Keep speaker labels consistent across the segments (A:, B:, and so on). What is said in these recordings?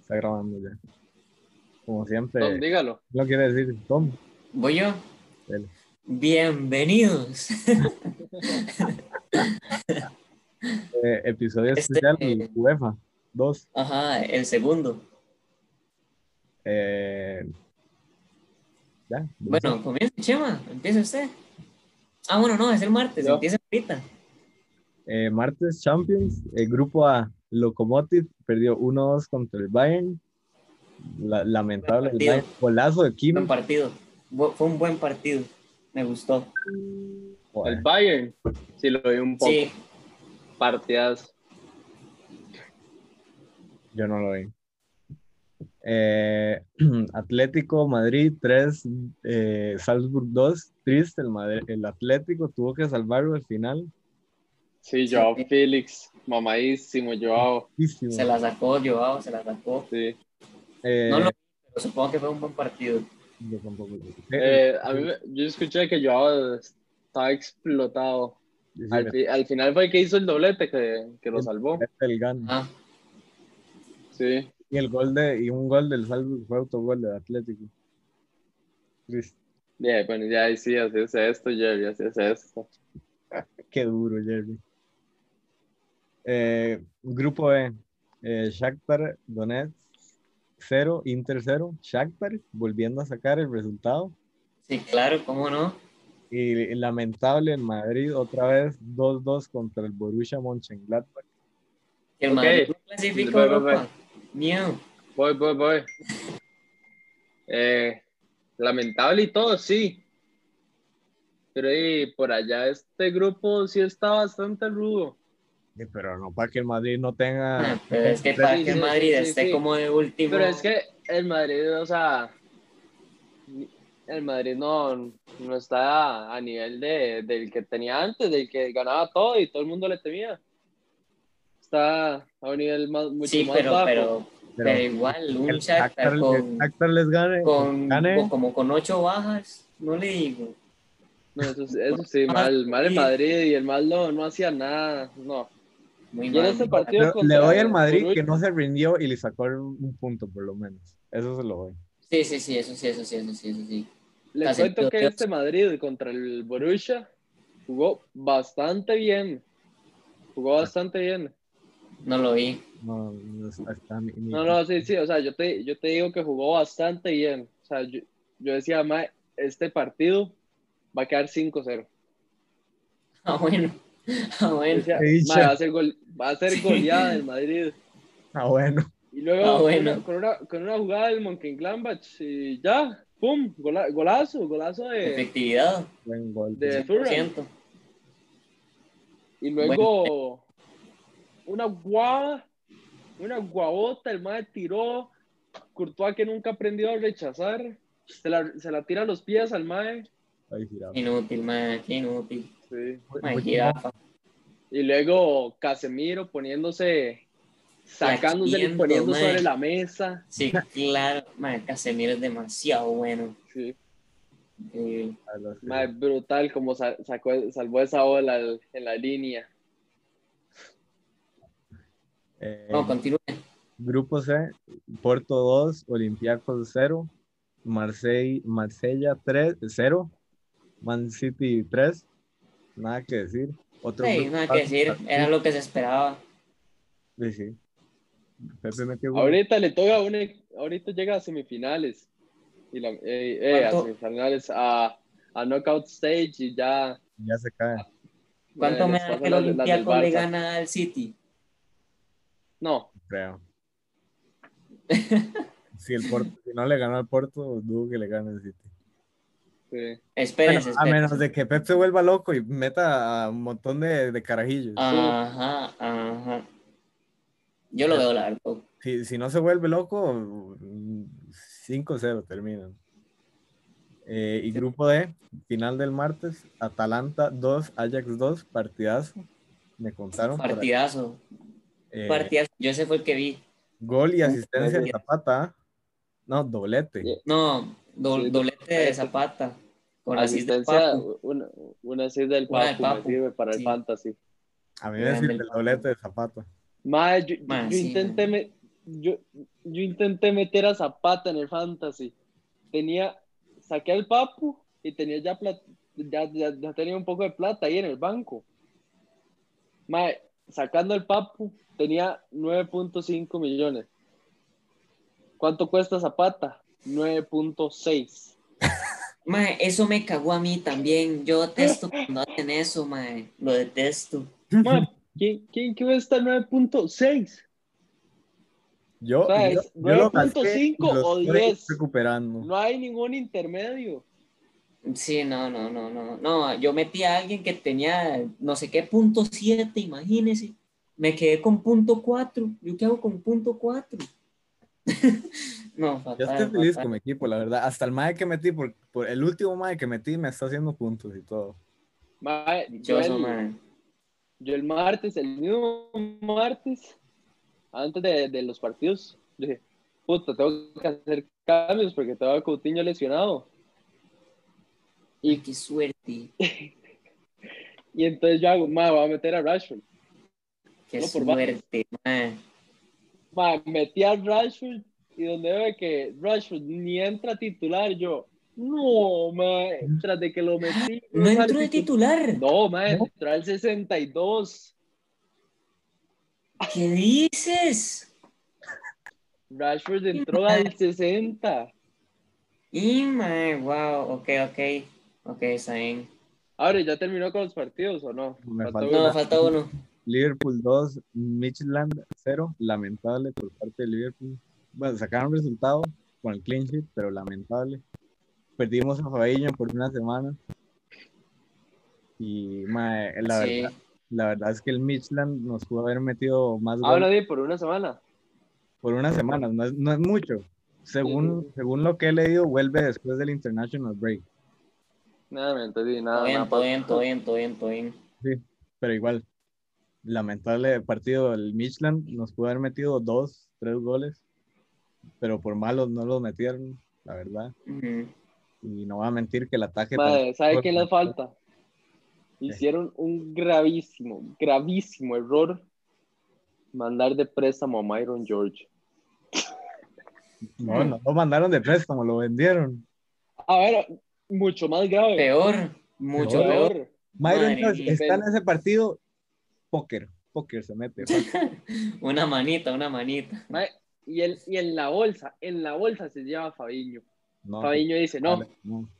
A: Está grabando ya. Como
B: Tom,
A: siempre,
B: dígalo.
A: no quiere decir Tom.
C: ¿Voy yo?
A: Dele.
C: Bienvenidos.
A: Eh, episodio
C: Este-
A: especial de UEFA 2.
C: Ajá, el segundo.
A: Eh, ya.
C: Bueno, comienza, Chema, empieza usted. Ah, bueno, no, es el martes,
B: Yo.
C: empieza ahorita.
A: Eh, martes Champions, el grupo A, Locomotive, perdió 1-2 contra el Bayern. La- lamentable, el
C: Buen partido.
A: Bayern, golazo de Kim.
C: Buen partido. Bu- fue un buen partido. Me gustó.
A: Joder.
B: El Bayern. Sí, lo vi un poco.
C: Sí,
B: Partidas.
A: Yo no lo vi. Eh, Atlético Madrid 3, eh, Salzburg 2. Triste, el, Madri- el Atlético tuvo que salvarlo al final.
B: Sí, Joao
C: Sí.
B: Félix, mamadísimo, Joao.
A: Tristísimo.
C: se la sacó, Joao, se la sacó.
B: Sí.
A: Eh,
C: No lo pero supongo que fue un buen partido.
A: yo tampoco lo vi.
B: Eh, a mí, me- yo escuché que Joao estaba explotado.
A: Sí,
B: Al, fi- al final fue el que hizo el doblete que, que lo salvó.
A: el gan.
C: Ah,
B: Sí.
A: Y el gol de, y un gol del Salzburg fue autogol del Atlético. Triste.
B: Ya, bueno, ya ahí sí, así es esto, Jerry, así es esto.
A: Qué duro, Jerry. Eh, grupo B. Eh, Shakhtar Donetsk 0, Inter 0. Shakhtar volviendo a sacar el resultado.
C: sí, claro, cómo no.
A: Y lamentable el Madrid otra vez 2-2 contra el Borussia Mönchengladbach.
C: Que el
B: Ok.
C: Madrid no clasificó a
B: Ve, ve, ve.
C: Europa. Miedo.
B: Voy, voy, voy. Eh, lamentable y todo, sí. Pero ahí, por allá este grupo sí está bastante rudo.
A: Sí, Eh, Pero no para que el Madrid no tenga
C: Ah, Pero es que para que el
B: sí,
C: Madrid
B: sí, sí,
C: esté
B: sí.
C: como de último.
B: Pero es que el Madrid, o sea, el Madrid no, no está a nivel de, del que tenía antes, del que ganaba todo y todo el mundo le temía. Está a un nivel más, mucho
C: Sí,
B: más
C: pero,
B: bajo.
C: pero,
A: pero
C: pero igual,
A: que
C: un
A: el
C: Shakhtar
A: Shakhtar,
C: con,
A: el Shakhtar les gane.
C: con,
A: gane.
C: con- como con ocho bajas, no le digo.
B: No, eso, eso sí, mal, mal el Madrid y el mal no, no hacía nada. No.
C: Muy
B: Y en
C: mal.
B: este partido
A: Yo
B: contra
A: le doy al
B: el
A: Madrid
B: Borussia-
A: que no se rindió y le sacó un punto por lo menos. Eso se lo doy.
C: Sí, sí, sí, eso sí, eso sí, eso sí, eso sí.
B: Les
C: Casi
B: cuento que
C: todos.
B: este Madrid contra el Borussia jugó bastante bien. Jugó bastante bien.
C: No lo vi.
A: No, no es- hasta ni- ni-
B: No, no, sí, sí, o sea, yo te, yo te digo que jugó bastante bien. O sea, yo, yo decía, "Ma, este partido va a quedar 5-0.
C: Ah, bueno. Ah,
B: Yo
C: bueno.
B: decía,
A: Qué dicha.
B: "Ma, va a ser, gol- va a ser
C: Sí.
B: goleada del Madrid.
A: Ah, bueno.
B: Y luego,
C: Ah, bueno.
B: con, una, con una jugada del Mönchengladbach y ya, pum, gola- golazo, golazo de,
C: Efectividad,
A: Buen gol.
B: de
C: lo
B: Thuram.
C: siento.
B: Y luego, una guada, una guabota, el madre tiró. Courtois que nunca aprendió a rechazar. Se la, se la tira a los pies al madre.
A: Ay, jirafa.
C: Inútil, man, qué inútil.
B: Sí.
C: Man,
A: Muy-
C: jirafa.
B: Y luego Casemiro poniéndose, sacándose y
C: Flaqueando,
B: poniendo
C: mae.
B: sobre la mesa.
C: Sí, claro. Man, Casemiro es demasiado bueno.
B: Sí,
C: Eh,
A: A los-
B: mae, brutal como sa- sacó- salvó esa bola al- en la línea.
A: Eh,
C: no, continúe.
A: grupo C, Porto 2, Olympiacos 0, Marseille, Marsella 3, 0, Man City 3. Nada que decir. Otro
C: Sí,
A: grupo
C: nada que
A: fácil
C: decir.
A: para-
C: Era lo que se esperaba.
A: Sí, sí. Pepe metió gol.
B: Ahorita le toca a un, e, ahorita llega a semifinales. Y la- eh, eh, a
C: ¿Cuánto?
B: semifinales, a, a knockout stage y ya.
A: Ya se cae.
C: ¿Cuánto
B: eh,
C: me
B: les
C: da
B: pasan
C: que
B: las-
C: el
B: las del
C: Olympiacos le
B: Barça.
C: gana al City?
B: No,
A: creo. si, el Porto, si no le ganó al Porto, dudo que le gane el City.
B: sí.
C: Espérense,
A: a
C: espérense.
A: menos de que Pep se vuelva loco y meta a un montón de, de carajillos.
C: Ah. Ajá, ajá. Yo lo veo largo.
A: Si, si no se vuelve loco, 5-0 terminan. Eh, y grupo D, final del martes, Atalanta 2, Ajax 2, partidazo. Me contaron. por ahí.
C: Partidazo.
A: Eh,
C: Partidazo. Yo ese fue el que vi.
A: Gol y asistencia de
C: Partidazo.
A: Zapata. No, doblete.
B: Yeah.
C: No, do-
B: Sí,
C: doblete de Zapata. Con asistencia.
B: Asistencia, una, una asist del
C: Una del
B: Papu, me
C: Papu,
B: sirve para el
C: sí.
B: fantasy.
A: A mí me sirve el
C: Grande.
A: doblete de Zapata.
B: Mae, yo,
C: Mae,
B: yo
C: sí,
B: intenté, me- yo, yo intenté meter a Zapata en el fantasy. Tenía, saqué al Papu y tenía ya, plat- ya, ya, ya tenía un poco de plata ahí en el banco. Mae, sacando el Papu, tenía 9.5 millones. ¿Cuánto cuesta Zapata? 9.6.
C: Mae, eso me cagó a mí también. Yo detesto cuando hacen eso, mae. Lo detesto.
B: Mae, ¿Quién, quién cuesta 9.6?
A: Yo,
B: O sea,
A: yo,
B: es
A: yo lo gasté,
B: 9.5
A: lo
B: o
A: estoy
B: 10.
A: recuperando.
B: No hay ningún intermedio.
C: Sí, no, no, no, no. No, yo metí a alguien que tenía no sé qué punto 7, imagínese. Me quedé con punto 4. ¿Yo qué hago con punto 4? no,
A: Yo
C: fatal.
B: Ah,
A: estoy feliz
C: fatal.
A: con mi equipo, la verdad. Hasta el mae que metí, por, por el último mae que metí me está haciendo puntos y todo.
B: Mae, yo,
C: Dichoso,
B: el-
C: mae.
B: yo el martes, el mismo martes, antes de, de los partidos, yo dije, puta, tengo que hacer cambios porque tengo a Coutinho lesionado.
C: Y qué suerte.
B: Y entonces yo hago, mae, voy a meter a Rashford.
C: Qué
B: No, por bajo.
C: suerte, mae.
B: Mae, metí a Rashford y donde veo que Rashford ni entra titular, yo, no, mae, tras de que lo metí.
C: Ah, No
B: sale
C: entró de titular.
B: No, mae,
A: No.
B: entró al 62.
C: ¿Qué dices?
B: Rashford entró al 60.
C: Y, mae, wow. Ok, ok. Ok, está bien.
B: Ahora, ¿ya terminó con los partidos o no?
A: Me
B: Faltó
A: falta-
C: No,
B: uno.
C: falta uno.
A: Liverpool 2, Midland 0. Lamentable por parte de Liverpool. Bueno, sacaron resultado con el clean sheet, pero lamentable. Perdimos a Fabinho por una semana. Y mae, la,
C: sí.
A: verdad, la verdad es que el Midland nos pudo haber metido más goles
B: Ahora di por una semana.
A: por una semana. No es, no es mucho. Según, según lo que he leído, vuelve después del International Break.
B: Nada, me entendí,
C: Todo
B: nada.
C: bien,
B: nada,
C: todo
B: pa-
C: bien, todo bien, todo bien, todo bien.
A: pero igual, lamentable partido. El Midland nos pudo haber metido dos, tres goles, pero por malos no los metieron, la verdad.
C: Ujú.
A: Y no va a mentir que el ataque.
B: Madre,
A: tampoco-
B: ¿sabe qué le falta? Hicieron un gravísimo, gravísimo error mandar de préstamo a Myron George.
A: No, no lo mandaron de préstamo, lo vendieron.
B: A ver, mucho más grave.
C: Peor, mucho
A: Peor.
C: peor.
A: Myron
C: Madre
A: George
C: mía.
A: está en ese partido, póker, póker se mete.
C: Una manita, una manita.
B: Madre, y, el, y en la bolsa, en la bolsa se lleva a Fabiño.
A: No,
B: Fabiño dice, no,
A: no.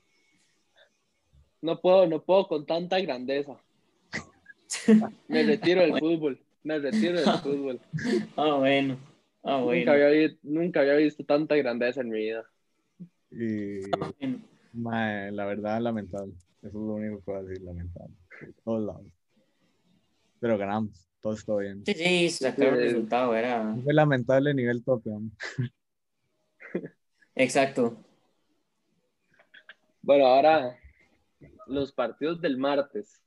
B: no puedo, no puedo con tanta grandeza. Me retiro del fútbol, me retiro del fútbol.
C: Ah, bueno. Ah, bueno.
B: Nunca había, vi- nunca había visto tanta grandeza en mi vida.
A: Y,
C: Ah, bueno.
A: mae, la verdad, lamentable. Eso es lo único que puedo decir, lamentable. Por todos lados. Pero ganamos, todo está bien.
C: Sí, sí, sacaron
B: Eh,
C: el resultado, era.
A: No Fue lamentable nivel tope. hombre.
C: Exacto.
B: Bueno, ahora los partidos del martes.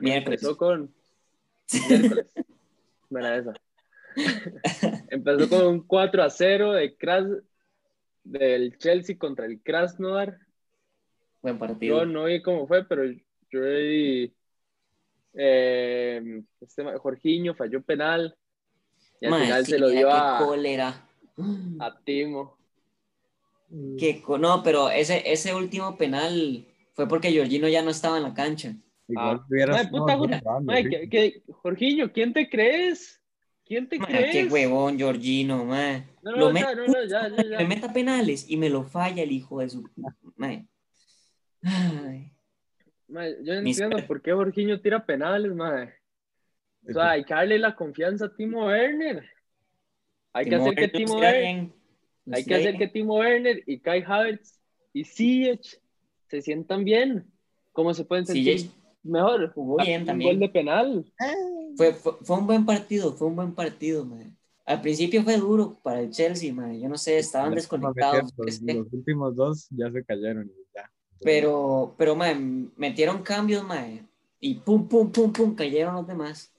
C: Miércoles.
B: Empezó con. Miércoles. Bueno, eso. Empezó con un 4 a 0 de Kras... del Chelsea contra el Krasnodar.
C: Buen
B: Yo
C: partido.
B: no vi cómo fue, pero yo vi. eh, este ma- Jorginho falló penal. Y al
C: Mae,
B: final
C: sí,
B: se lo dio
C: qué
B: a,
C: cólera.
B: a Timo.
C: Qué co- no, pero ese, ese último penal fue porque Georgino ya no estaba en la cancha.
A: Igual
B: Ah.
A: tuvieras-
B: Mae, puta,
A: no,
B: Jorge,
A: no,
B: Mae,
A: sí.
B: ¿qué- qué- Jorginho, ¿quién te crees? ¿Quién te
C: Mae,
B: crees?
C: qué huevón, Georgino, mae.
B: No,
C: Lo
B: no,
C: met-
B: ya, no, no, ya, ya, ya.
C: Me meta penales y me lo falla el hijo de su. Mae. Ay.
B: Mae, yo no
C: Mis-
B: entiendo por qué Jorginho tira penales, madre. O sea, hay que darle la confianza a Timo Werner. Hay que
C: Timo
B: hacer que
C: Werner
B: Timo
C: estuviera
B: Werner,
C: bien.
B: hay que
C: Estuviera
B: hacer que
C: bien.
B: Timo Werner y Kai Havertz y Ziyech se sientan bien. ¿Cómo se pueden sentir
C: Ziyech
B: mejor?
C: jugó bien
B: un
C: también.
B: gol de penal.
C: Fue, fue, fue un buen partido, fue un buen partido, mae. Al principio fue duro para el Chelsea, mae. Yo no sé, estaban
A: Ya
C: desconectados.
A: metieron Los,
C: este, yo qué sé.
A: pues, los últimos dos ya se cayeron. y ya.
C: Pero, pero, mae, metieron cambios, mae. Y pum, pum, pum, pum, cayeron los demás.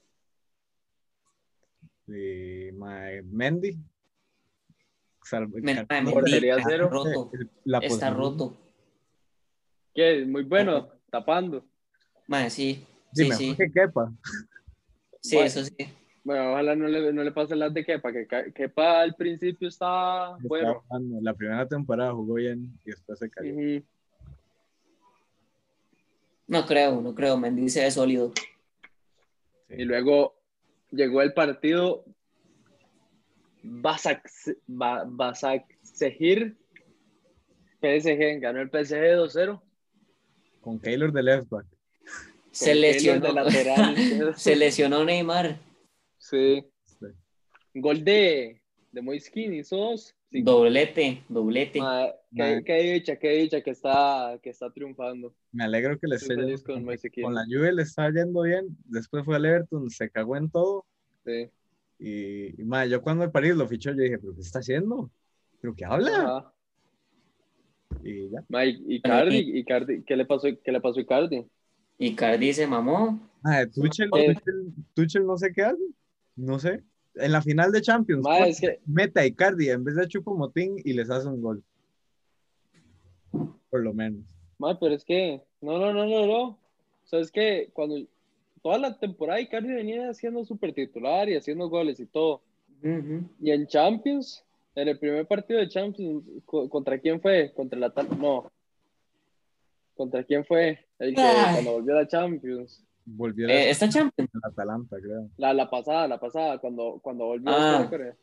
A: Sí, mae, Mendy. Sal-
C: Me-
A: cal-
C: mae,
A: no,
C: Mendy
B: portería
C: está
B: cero. Ah, pues,
C: roto.
A: el- la
C: Está
A: posición-
C: roto.
B: Que es muy bueno, tapando.
C: Mae, sí.
A: Sí,
C: Sí,
A: mejor
C: sí.
A: que Kepa.
C: Sí,
B: Bueno.
C: eso sí.
B: Bueno, ojalá no le, no le pase las de Kepa, que Ke- Kepa al principio estaba bueno.
A: Estaba jugando. La primera temporada jugó bien y después se cayó.
B: Ujú.
C: No creo, no creo. Mendy se ve sólido.
B: Y luego llegó el partido Basak- Ba- Basaksehir, PSG, ganó el PSG 2-0.
A: Con Keylor de left back.
C: Se
B: Con
C: lesionó.
B: Keylor de lateral.
C: Se lesionó Neymar.
B: Sí.
A: Sí.
B: Gol de, de Moiskin hizo dos. Sí.
C: Doblete, doblete.
B: Ma-
A: Ma-
B: qué, qué dicha, qué dicha que está, que está triunfando.
A: Me alegro que le esté
B: Estoy feliz
A: yendo-
B: con Moiskin.
A: Con la Juve le está yendo bien. Después fue al Everton, se cagó en todo.
B: Sí.
A: Y, y, ma, yo cuando el París lo fichó, yo dije, ¿pero qué está haciendo? ¿Pero qué habla?
B: Ajá.
A: Y ya.
B: Ma, y y Cardi, y Cardi, ¿qué le pasó, qué le pasó a Cardi?
A: Pues
C: Y Cardi se mamó.
A: Ma, Tuchel,
B: Eh.
A: Tuchel- Tuchel no sé qué hace. No sé. En la final de Champions,
B: Ma, es que-
A: meta a Icardi en vez de Chupo Motín y les hace un gol. Por lo menos.
B: Ma, pero es que, no, no, no, no, no. O sea, es que cuando toda la temporada Icardi venía siendo súper titular y haciendo goles y todo.
C: Ujú.
B: Y en Champions, en el primer partido de Champions, co- ¿contra quién fue? Contra la tal, no. ¿Contra quién fue? El que
C: Ay.
B: cuando volvió a la Champions.
A: Volvió a
C: Eh, ¿Está Champions?
A: la Atalanta, creo.
B: La, la pasada, la pasada, cuando, cuando volvió
C: Ah.
B: a eh, Corea,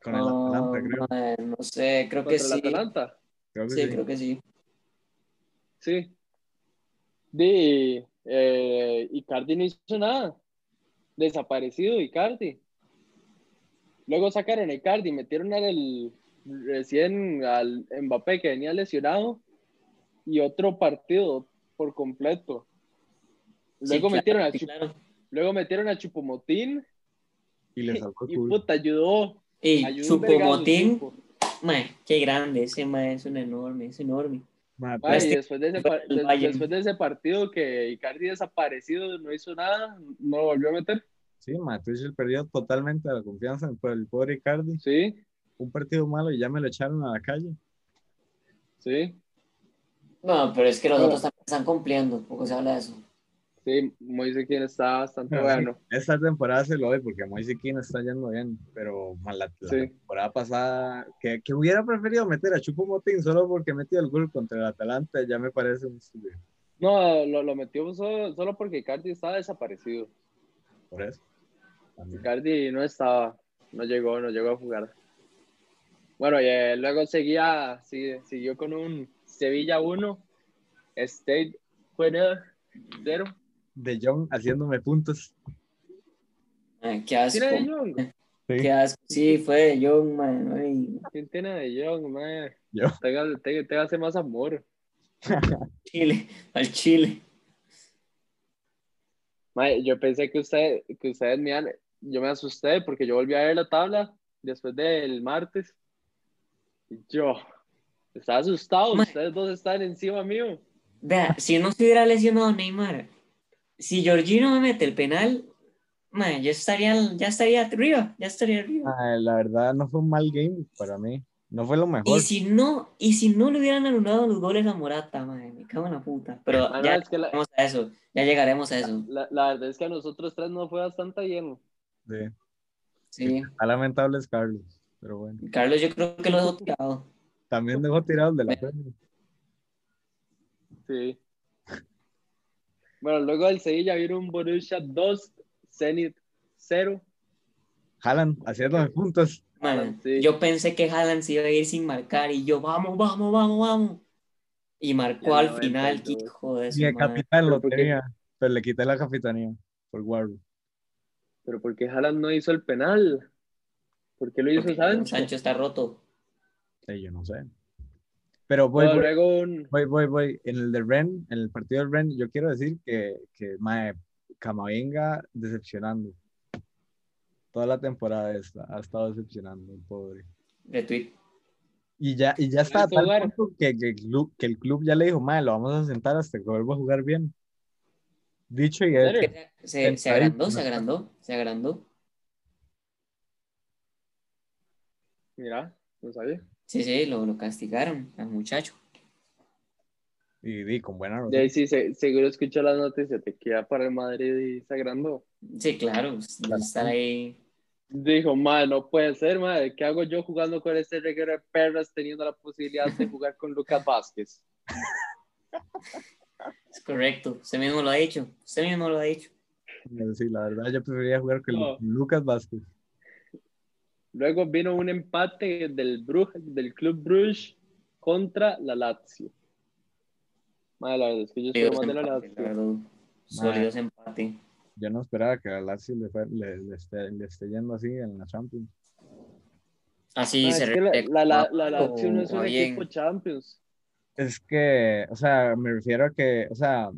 A: Con el
C: Oh,
A: Atalanta, creo.
C: madre, no sé, creo
B: contra
C: que
B: el
C: sí.
B: Atalanta.
A: Creo que
C: Sí,
A: sí.
C: creo que sí.
B: Sí. Di, eh, Icardi no hizo nada. Desaparecido Icardi. Luego sacaron a Icardi, metieron al recién al Mbappé que venía lesionado y otro partido por completo. Luego
C: Sí,
B: metieron
C: claro,
B: a
C: sí,
B: Chup-
C: claro.
B: luego metieron a Chupomotín
A: Y le salvó
B: y
A: el culo.
B: puta ayudó,
C: Y
B: ayudó un vergazo,
C: Chupomotín,
B: Chupo.
C: mae, qué grande, ese mae es un enorme, es enorme.
A: Ma,
B: Mae,
C: Este-
B: y después de, ese par-
C: el
B: de-
C: Bayern.
B: después de ese partido que Icardi desaparecido, no hizo nada, no lo volvió a meter.
A: Sí, ma, Tuchel perdió totalmente la confianza en el pobre Icardi.
B: Sí,
A: Un partido malo y ya me lo echaron a la calle.
B: sí,
C: No, pero es que los
B: Ah.
C: otros también están cumpliendo, poco se habla de eso.
B: sí, Moise quien está bastante
A: Pero
B: bueno.
A: Esta temporada se lo doy porque a Moise Kean está yendo bien, pero ma, la, la
B: Sí.
A: temporada pasada, que, que hubiera preferido meter a Chupo Motín solo porque metió el gol contra el Atalanta, ya me parece un estúpido.
B: No, lo, lo metió solo, solo porque Icardi estaba desaparecido.
A: Por eso. También.
B: Icardi no estaba, no llegó, no llegó a jugar. Bueno, y eh, luego seguía, sí, siguió con un Sevilla 1, State fue 0.
A: De Jong haciéndome puntos.
C: Mae, qué asco,
B: ¿Quién era de Jong?
C: qué asco. Sí, fue de Young, mae, ¿no? Y-
B: ¿Quién tiene de Jong, mae?
A: Yo.
B: Tenga- tenga- téngase más amor.
C: Chile, al Chile.
B: Mae, yo pensé que, usted, que ustedes me han- yo me asusté porque yo volví a ver la tabla después del martes. Y yo, estaba asustado,
C: Mae.
B: ustedes dos están encima mío.
C: Vea, si no se hubiera lesionado Neymar, si Georgino me mete el penal, mae, ya estaría, ya estaría arriba, ya estaría arriba.
A: Ah, la verdad, no fue un mal game para mí. No fue lo mejor.
C: Y si no, y si no le hubieran anulado los goles a Morata, madre, me cago en la puta. Pero
B: Mae, Ah, no,
C: ya
B: es que la,
C: llegaremos a eso, ya llegaremos a eso.
B: la- la verdad es que a nosotros tres no fue bastante bien.
A: Sí.
C: Sí.
A: Está lamentable es Carlos, pero bueno.
C: Carlos, yo creo que lo dejó tirado.
A: También dejó tirado el de la Premier.
B: Sí. Bueno, luego del Sevilla vino un Borussia 2, Zenit 0.
A: Jalan haciéndome puntos.
C: Mae,
B: Haaland, sí.
C: Yo pensé que Haaland se iba a ir sin marcar y yo, vamos, vamos, vamos, vamos. Y marcó
B: Y al
C: al final,
B: 92.
C: hijo de su
A: Y el
C: madre.
A: capitán lo
B: Pero porque-
A: tenía, pero le quité la capitanía por Warwick.
B: Pero ¿por qué Haaland no hizo el penal? ¿Por qué lo hizo
C: Porque
B: Sancho?
C: Sancho está roto.
A: Eh, yo no sé. Pero voy, voy,
B: Bueno, luego un...
A: voy, voy, voy. En el de Ren, en el partido del Ren, yo quiero decir que, que mae, Camavinga decepcionando. Toda la temporada esta ha estado decepcionando, el pobre.
C: Retweet.
A: Y ya, y ya está a
B: hizo
A: tal
B: jugar.
A: punto que, que el club, que el club ya le dijo, madre, lo vamos a sentar hasta que vuelva a jugar bien. Dicho y hecho.
B: ¿En
C: Se, se, se agrandó, se agrandó, se agrandó.
B: Mira, no sabía.
C: Sí, sí, lo, lo castigaron al muchacho.
A: Y, y con buena
B: De
A: razón.
B: ahí sí, se- seguro escuchó las noticias, te queda para el Madrid y se agrandó.
C: Sí, claro, estar ahí.
B: Dijo, madre, no puede ser, madre. ¿Qué hago yo jugando con este reguero de perras teniendo la posibilidad de jugar con Lucas Vázquez?
C: Es correcto, usted mismo lo ha dicho, usted mismo lo ha dicho.
A: Sí, la verdad, yo preferiría jugar con
B: No.
A: Lucas Vázquez.
B: Luego vino un empate del, Bruj- del Club Bruges contra la Lazio. Madre, la verdad es que yo estoy
C: Sólidos
B: más de la
C: empate, la
B: Lazio.
C: verdad. Sólidos empate.
A: Yo no esperaba que a Lazio le, fue- le- le esté, le esté yendo así en la Champions.
C: Así
B: Madre, Ah,
C: se
B: es que la,
C: refleja
B: la- la-
C: mal
B: la Lazio no es
C: o
B: un
C: bien.
B: equipo Champions.
A: Es que, o sea, me refiero a que, o sea,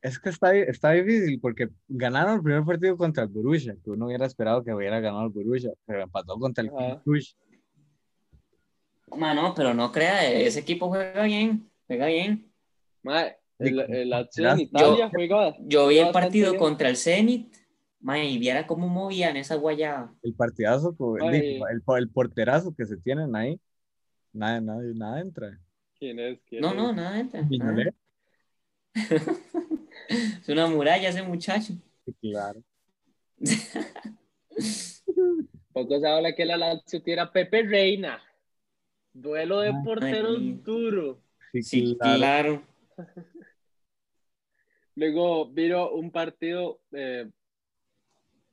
A: es que está, está difícil porque ganaron el primer partido contra el Borussia, que uno hubiera esperado que hubiera ganado el Borussia, pero empató contra el
B: Ajá.
A: Club Brugge.
C: Ma, no, pero no crea, ese equipo juega bien, juega bien.
B: Madre, el, el Lazio en
A: Yo-
B: Italia juega.
C: Yo vi el
B: Bastante
C: partido
B: bien.
C: contra el Zenit, ma, y viera cómo movían esa guayada.
A: El partidazo, co- el,
B: Ay.
A: el- el porterazo que se tienen ahí, nada, nada, nada entra.
B: ¿Quién es? ¿Quién
C: No,
B: es?
C: no, nada, entra.
A: Mignolet,
C: nada. Es una muralla ese muchacho.
A: claro.
B: Poco se habla que la Lazio tiene a Pepe Reina. Duelo de
A: Ay,
B: porteros
C: sí.
B: duro.
A: Sí,
C: Sí,
A: claro.
C: claro.
B: Luego vino un partido eh,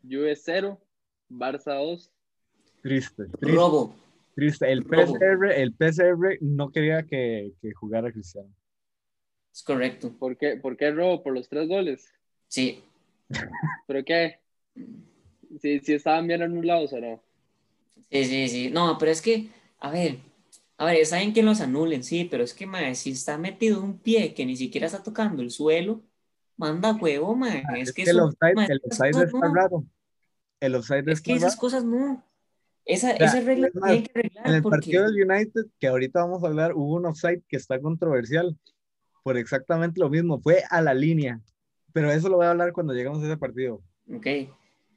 B: Juve 0, Barça 2.
A: Triste, triste,
C: Robo.
A: triste. El
C: Robo.
A: PSR, el PSR no quería que, que jugara Cristiano.
C: Es correcto.
B: ¿Por qué, ¿Por qué robo? Por los tres goles.
C: Sí.
B: ¿Pero qué? Si, si estaban bien anulados o no.
C: Sí, sí, sí. No, pero es que, a ver, a ver, saben que los anulen, sí, pero es que, mae, si está metido un pie que ni siquiera está tocando el suelo, manda huevo, mae. Ah,
A: Ah,
C: Es,
A: Es
C: que,
A: que
C: eso-
A: el offside,
C: mae,
A: el
C: esas
A: offside
C: cosas
A: está
C: no.
A: raro. El offside
C: Es que
A: está
C: esas
A: raro.
C: cosas no. Esa,
A: sea,
C: esa regla
A: es más,
C: tienen que
A: En
C: arreglar
A: el
C: porque
A: partido del United, que ahorita vamos a hablar, hubo un offside que está controversial por exactamente lo mismo. Fue a la línea. Pero eso lo voy a hablar cuando lleguemos a ese partido.
C: Ok.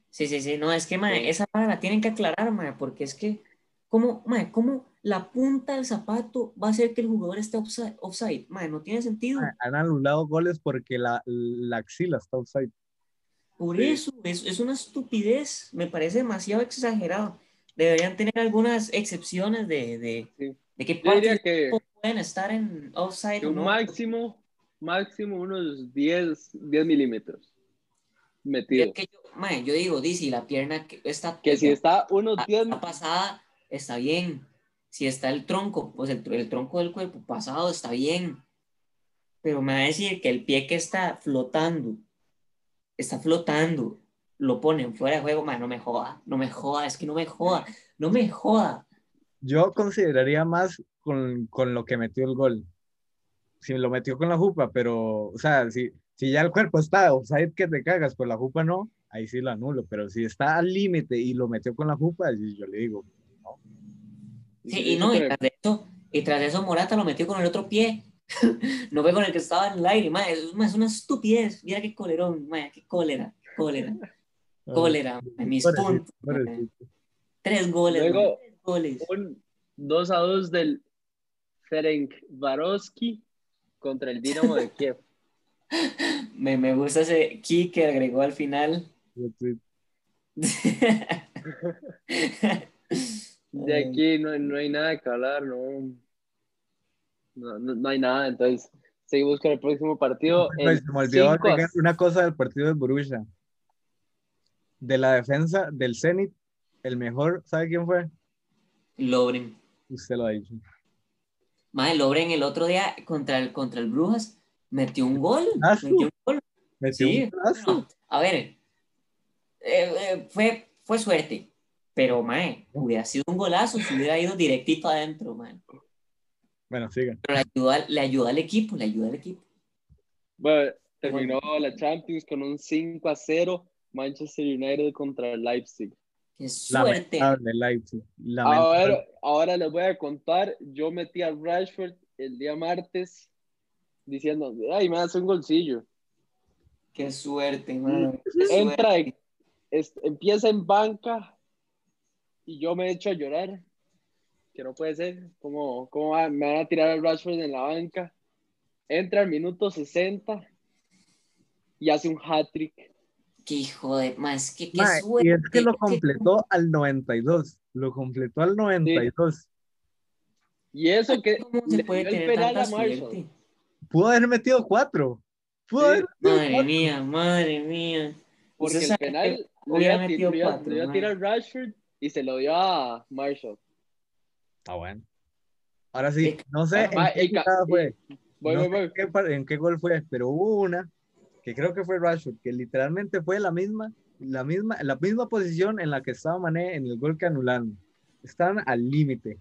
C: Sí, sí, sí. No, es que, mae,
B: Ok.
C: esa vara la tienen que aclarar, mae, porque es que, ¿cómo, mae, cómo la punta del zapato va a hacer que el jugador esté offside? offside? Mae, no tiene sentido.
A: Han anulado goles porque la, la axila está offside.
C: Por
B: Sí.
C: eso, es, es una estupidez. Me parece demasiado exagerado. Deberían tener algunas excepciones de, de,
B: Sí.
C: de qué
B: Yo diría
C: partes
B: que
C: pueden estar en offside
B: que
C: o
B: un
C: no.
B: máximo, máximo unos 10, 10 milímetros
C: Y es
B: metido.
C: que yo, mae, yo digo, di, si la pierna que está,
B: Que si está unos
C: está
B: 10
C: pasada, está bien. Si está el tronco, pues el, tr- el tronco del cuerpo pasado está bien. Pero me va a decir que el pie que está flotando, está flotando, lo ponen fuera de juego, mae, no me joda, no me joda, es que no me joda, no me joda.
A: Yo consideraría más con, con lo que metió el gol. Si lo metió con la jupa, pero, o sea, si, si ya el cuerpo está offside que te cagas, por la jupa no, ahí sí lo anulo. Pero si está al límite y lo metió con la jupa, yo yo le digo,
C: Sí, y no, y tras de eso, y tras de eso Morata lo metió con el otro pie. no fue con el que estaba en el aire, mae, es, mae, es una estupidez. Mira qué colerón, mae, qué cólera, cólera,
A: "Ah,
C: cólera, mae, mis
A: pobrecito,
C: puntos.
A: pobrecito".
C: Tres goles,
B: Luego-
C: mae, tres goles.
B: un 2 a 2 del Ferenc Varovski contra el Dinamo de Kiev.
C: Me, me gusta ese key que agregó al final.
A: Yo tuit-
B: De aquí no, no hay nada que hablar, no. No, no- no hay nada, entonces seguimos con el próximo partido.
A: Pues,
B: El
A: se me olvidó
B: cinco a-
A: agregar una cosa del partido del Borussia. De la defensa del Zenit, el mejor, ¿sabe quién fue?
C: Lobren.
A: Usted lo ha dicho.
C: Mae, Lobren el otro día contra el, contra el Brujas metió un gol.
A: Ah, sí.
C: Metió un gol.
A: Metió
C: Sí,
A: un golazo.
C: bueno, a ver, eh, eh, fue, fue suerte, pero mae, hubiera sido un golazo si hubiera ido directito adentro, mae.
A: Bueno, siga.
C: Pero le ayuda, al- le ayuda al equipo, le ayuda al equipo.
B: Bueno, terminó la Champions con un 5 a 0 Manchester United contra el Leipzig.
C: Qué suerte.
A: Lamentable, Leipzig. Lamentable.
B: Ahora, ahora les voy a contar, yo metí a Rashford el día martes diciendo, ay, me hace un golcillo.
C: Qué suerte, mae. qué suerte.
B: Mm, Entra, en- es- empieza en banca y yo me echo a llorar. Que no puede ser. ¿Cómo, cómo va- me van a tirar al Rashford en la banca? Entra al minuto 60 y hace un hat-trick.
C: que hijo de más que qué
A: Mae,
C: suerte.
A: y es que lo
C: qué-
A: completó al 92. Lo completó al 92.
B: Y eso que
C: ¿Cómo
B: le
C: se
B: dio
C: puede
B: el
C: tener
B: penal
C: tanta
B: a Marshall.
C: suerte?
A: Pudo haber metido cuatro. Pudo
B: Sí.
A: haber metido
C: Madre mía, madre mía.
B: Porque
C: Usted
B: el
C: sabe
B: penal
C: que
B: lo
C: hubiera
B: iba a ti-
C: metido
B: lo iba-
C: cuatro,
B: lo iba a
C: mae.
B: tirar Rashford y se lo dio a Marshall.
A: Ah, bueno. Ahora sí,
C: Sí.
A: no sé en
B: Ah,
A: qué
B: el ca-
A: jugada fue,
B: Voy,
A: no
B: voy,
A: sé
B: voy.
A: en qué par- en qué gol fue, pero hubo una que creo que fue Rashford, que literalmente fue la misma, la misma, la misma posición en la que estaba Mané en el gol que anularon. Estaban al límite.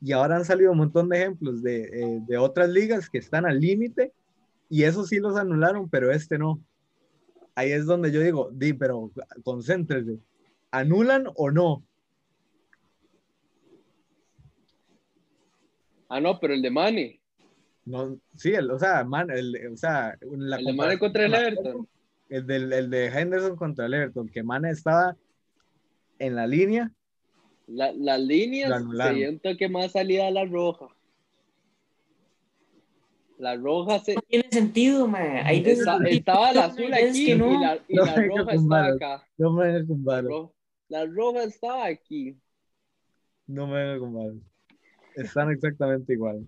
A: Y ahora han salido un montón de ejemplos de, eh, de otras ligas que están al límite y esos sí los anularon, pero este no. Ahí es donde yo digo, di, pero concéntrese. ¿Anulan o no?
B: Ah, no, pero el de Mane.
A: No, sí, el, o sea, man, el, o sea, la
B: El de Mane contra el Everton.
A: El, del, el de Henderson contra el Everton, que Mane estaba en la línea,
B: La- las
A: Lo
B: líneas
A: anularon.
B: se dio un toque más salida a la roja. La roja se,
C: No tiene sentido, mae. Hay veces
B: está-
C: que-
B: estaba la
C: hay
B: azul
C: veces
B: aquí
C: que no.
B: y la, y
A: No
B: la
A: me
B: roja
A: comparas.
B: estaba acá.
A: no me vengo con
B: La
A: Varo,
B: roja, la roja estaba aquí.
A: no me vengo con Varo. Están exactamente igual.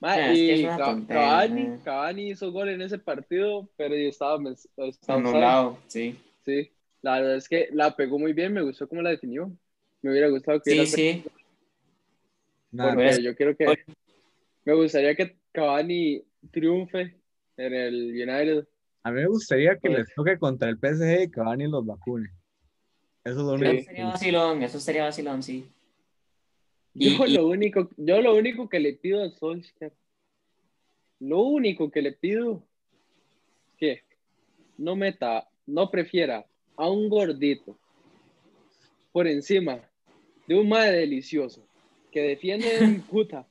B: Ma,
C: Ah, es que es
B: y
C: una
B: Ca-
C: tontería, eh.
B: Cavani,
C: ma.
B: Cavani hizo gol en ese partido, pero yo estaba, mens- estaba
C: Anulado, sí.
B: Sí, la verdad es que la pegó muy bien, me gustó cómo la definió. Me hubiera gustado que
C: Sí,
B: hubiera
C: sí.
A: Nada,
B: porque
C: pues.
B: yo creo que me gustaría que Cavani triunfe en el United.
A: a mí me gustaría que
B: Pues.
A: les toque contra el PSG y Cavani los vacune. Eso es lo
B: Sí.
A: único.
C: Eso sería vacilón, eso sería vacilón, sí. Y-
B: Yo
C: y-
B: lo único, yo lo único que le pido a Solskjaer, lo único que le pido es que no meta, no prefiera a un gordito por encima de un madre delicioso que defiende en puta.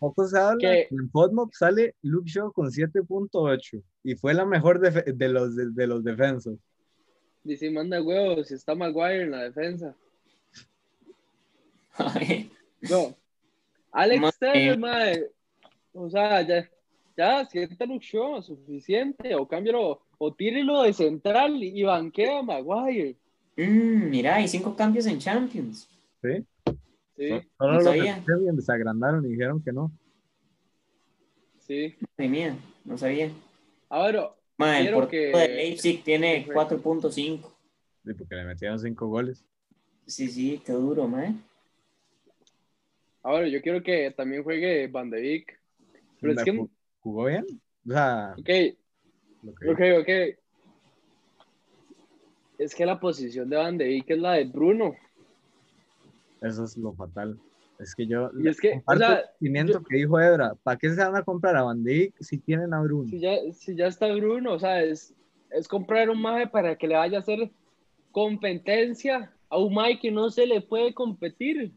A: Poco se habla.
B: Que-
A: que En Podmob sale Luke Shaw con 7.8 y fue la mejor defe- de los, de, de los defensas.
B: Dice, manda huevos, está Maguire en la defensa. No. Alex
C: Ma-
B: Telles, mae. O sea, ya, ya sienta un show suficiente. O cámbialo, o tírelo de central y banquea a Maguire.
C: Mm, mira, hay cinco cambios en Champions.
A: ¿sí?
B: Sí,
A: Solo
C: no
A: los
C: sabía.
A: defensores se agrandaron y dijeron que no.
B: sí. Ah,
C: Madre mía, no sabía.
B: Ahora,
C: Madre, el
B: Quiero
C: portero
B: que-
C: de Leipzig tiene 4.5.
A: Sí, porque le metieron cinco goles.
C: Sí, sí, qué duro, eh. madre.
B: ahora ah, yo quiero que también juegue Van de Beek. Pero es
A: La
B: que,
A: ju- ¿Jugó bien? O sea,
B: ok,
A: lo que-
B: ok, ok. Es que la posición de Van de Beek es la de Bruno.
A: eso es lo fatal. Es que yo
B: Y es que,
A: comparto
B: o sea,
A: el sentimiento
B: yo-
A: que dijo Ebra. ¿Para qué se van a comprar a Van Dijk si tienen a Bruno?
B: si ya, si ya está Bruno, o sea, es, es comprar un maje para que le vaya a hacer competencia a un maje que no se le puede competir.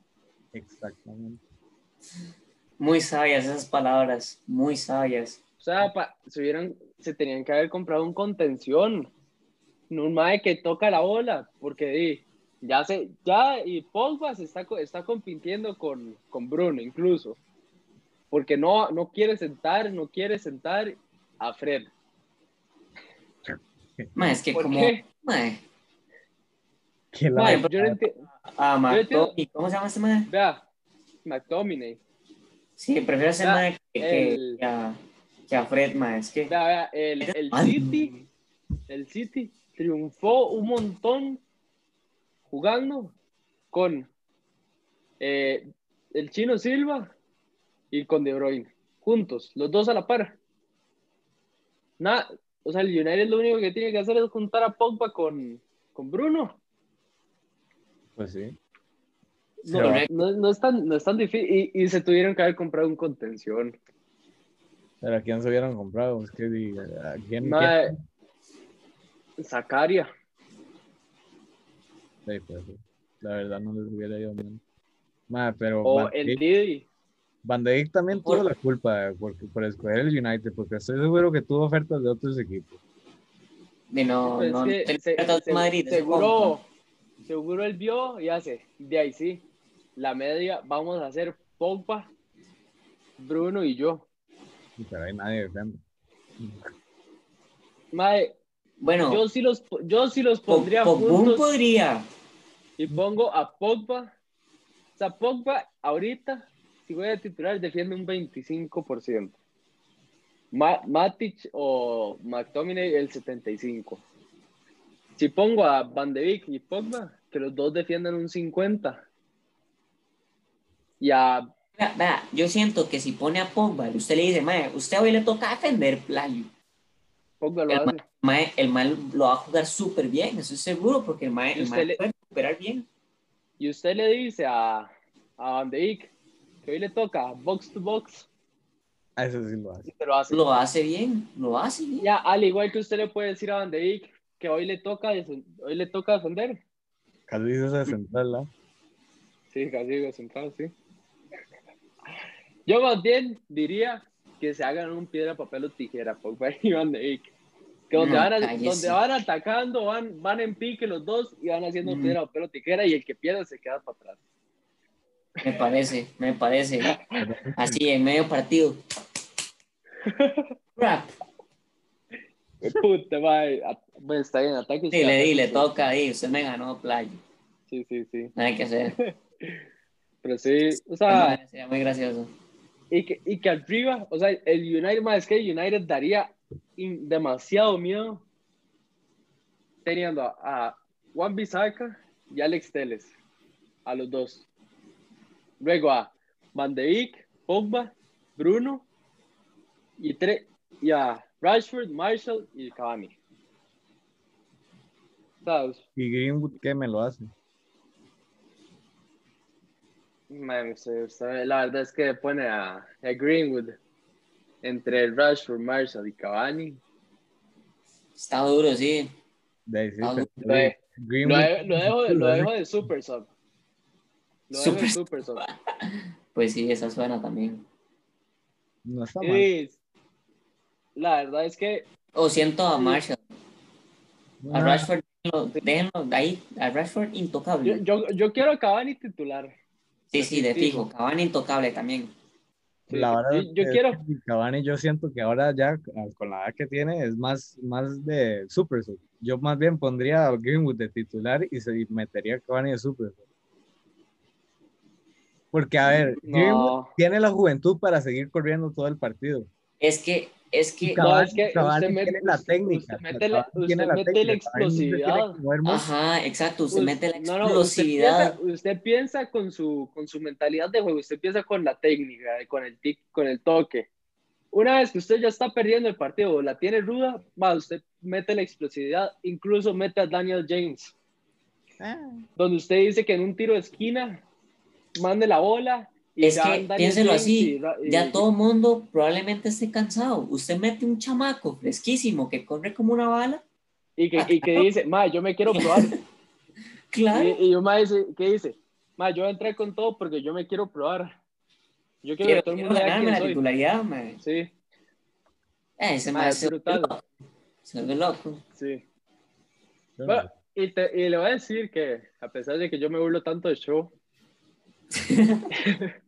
A: Exactamente.
C: Muy sabias esas palabras, muy sabias.
B: O sea, pa- se, hubieran, se tenían que haber comprado un contención, no un maje que toca la bola, porque di, ya se, ya, y Pogba se está, co- está compitiendo con, con Bruno incluso, porque no, no quiere sentar, no quiere sentar a Fred.
C: Madre, es que
B: ¿Por
C: como.
B: qué?
C: eh, Madre,
A: Que la-
B: Mae, yo no entiendo.
C: ah,
B: Yo entiendo-
C: McTominay, ¿cómo se llama este madre?
B: Vea, McTominay.
C: Sí, prefiero ese
B: Ya,
C: madre que, que-
B: Ah, el-
C: que a, que a Fred, madre. Es que.
B: Vea, vea, el, el
C: Ay.
B: City, el City triunfó un montón jugando con eh, el chino Silva y con De Bruyne, juntos, los dos a la par. Nada, o sea, el United lo único que tiene que hacer es juntar a Pogba con, con Bruno.
A: Pues sí.
B: No,
A: Sí,
B: no- no es tan, no es tan difícil. Y, y se tuvieron que haber comprado un contención.
A: Pero ¿a quién se hubieran comprado? Es que di- ¿a quién?
B: Mae, Zacaria.
A: quién- Sí, pues sí. La verdad no les hubiera ido bien. Madre, pero
B: O
A: Van
B: el
A: Dijk-
B: Didi.
A: Van Dijk también
C: Por-
A: tuvo la culpa por, por escoger el United, porque estoy seguro que tuvo ofertas de otros equipos.
C: De no,
B: Pues
C: no,
B: que
C: tener
B: se-
C: cartas de
B: se-
C: Madrid. eso
B: seguro,
C: compra.
B: seguro él vio y hace, de ahí sí, la media vamos a hacer Pogba, Bruno y yo.
A: Pero ahí nadie defende.
B: Mae,
C: Bueno,
B: Yo sí los, yo sí los
C: Po-
B: pondría
C: Pogbun
B: juntos
C: podría.
B: y pongo a Pogba. O sea, Pogba ahorita, si voy a titular, defiende un 25%. Ma- Matic o McTominay el 75%. Si pongo a Van de Beek y Pogba, que los dos defiendan un 50%. Y a
C: Vea, vea, yo siento que si pone a Pogba, usted le dice, mae, usted hoy le toca defender playo.
B: Pogba lo
C: El
B: hace.
C: Mae, el mal lo va a jugar súper bien, eso es seguro, porque el mae,
B: Y
C: el
B: usted
C: mae
B: le-
C: puede recuperar bien.
B: y usted le dice a, a Van de Beek que hoy le toca box to box,
A: A eso sí lo hace.
B: y te lo hace.
C: Lo hace bien, lo hace bien.
B: Ya, al igual que usted le puede decir a Van de Beek que hoy le toca, def- hoy le toca defender.
A: Casi dices de central, ¿ah?
B: Sí, casi digo sentado, sí. Yo más bien diría que se hagan un piedra, papel o tijera, Pogba y Van de Beek. Que donde,
C: No,
B: van, a-
C: cállese.
B: donde van atacando, van, van en pique los dos y van haciendo
C: Mm.
B: piedra, papel o tijera y el que pierda se queda para atrás.
C: Me parece, me parece. Así, en medio partido. Crap.
B: Puta, madre. A- Bueno, está bien, ataque usted.
C: Dile,
B: ataque
C: dile,
B: usted.
C: toca ahí, usted me ganó playo.
B: Sí, sí, sí.
C: Nada que hacer.
B: Pero sí, o sea,
C: Mae, Sería muy gracioso.
B: Y que, y que arriba, o sea, el United, más es que el United daría in- demasiado miedo teniendo a, a Juan Bisaca y Alex Teles, a los dos. Luego a Van de Beek, Pogba, Bruno y, tre- y a Rashford, Marshall y Cavani. ¿Sabes?
A: Y Greenwood, ¿qué me lo hace?
B: Man, usted- usted- la verdad es que pone a, a Greenwood entre Rashford, Marshall y Cavani.
C: Está duro, sí.
A: De ahí sí,
C: Ah,
A: pero-
B: lo de- Lo,
A: Greenwood.
B: de- lo dejo, de- lo dejo
A: ¿eh?
B: de Super Sub. Lo dejo de Super
C: Super
B: Sub.
C: Pues sí, esa suena también.
A: No está mal.
B: Y la verdad es que
C: O Oh, siento a Marshall. A
A: No,
C: Rashford, déjenlo, déjenlo de ahí. A Rashford
B: yo,
C: intocable.
B: yo, yo quiero a Cavani titular.
C: Sí, sí, de fijo. Cavani intocable también.
B: Sí,
A: la verdad
B: yo- yo
A: es
B: quiero-
A: que Cavani, yo siento que ahora ya ah, con la edad que tiene es más, más de super sub. Yo más bien pondría a Greenwood de titular y se y metería a Cavani de super sub. Porque a ver, Greenwood
B: No,
A: tiene la juventud para seguir corriendo todo el partido.
C: Es que, es que,
A: Cavani-
B: no, es que
A: Cavani
B: usted mete-
A: tiene la técnica.
B: usted mete la-
A: Cavani tiene
B: usted mete la
A: técnica, Cavani no se tiene que
B: explosividad. Ah.
A: mover mucho.
C: ajá, exacto. Usted
B: us-
C: mete la
B: no, no, usted
C: explosividad.
B: piensa- usted piensa con su, con su mentalidad de juego, usted piensa con la técnica, con el tic, con el toque. Una vez que usted ya está perdiendo el partido o la tiene ruda, va, usted mete la explosividad, incluso mete a Daniel James.
A: Ah.
B: donde usted dice que en un tiro de esquina mande la bola. y
C: Es
B: ya
C: que,
B: Daniel
C: piénselo
B: James
C: así,
B: y Ra- y-
C: ya todo mundo probablemente esté cansado. Usted mete un chamaco fresquísimo que corre como una bala.
B: Y que, y que dice, ma, yo me quiero probar.
C: Claro.
B: y, y yo, ma, dice, ¿qué dice? Ma, yo voy a entrar con todo porque yo me quiero probar. Yo quiero,
C: Quiero,
B: que todo el
C: quiero
B: mundo vea
C: ganarme
B: quién
C: la
B: soy".
C: titularidad, mae.
B: Sí,
C: Eh, ese
B: ma,
C: mae
B: es
C: se vuelve
B: brutal.
C: loco, se vuelve loco.
B: Sí.
A: Yo no
B: Bueno, y, te- y le voy a decir que, a pesar de que yo me burlo tanto de show,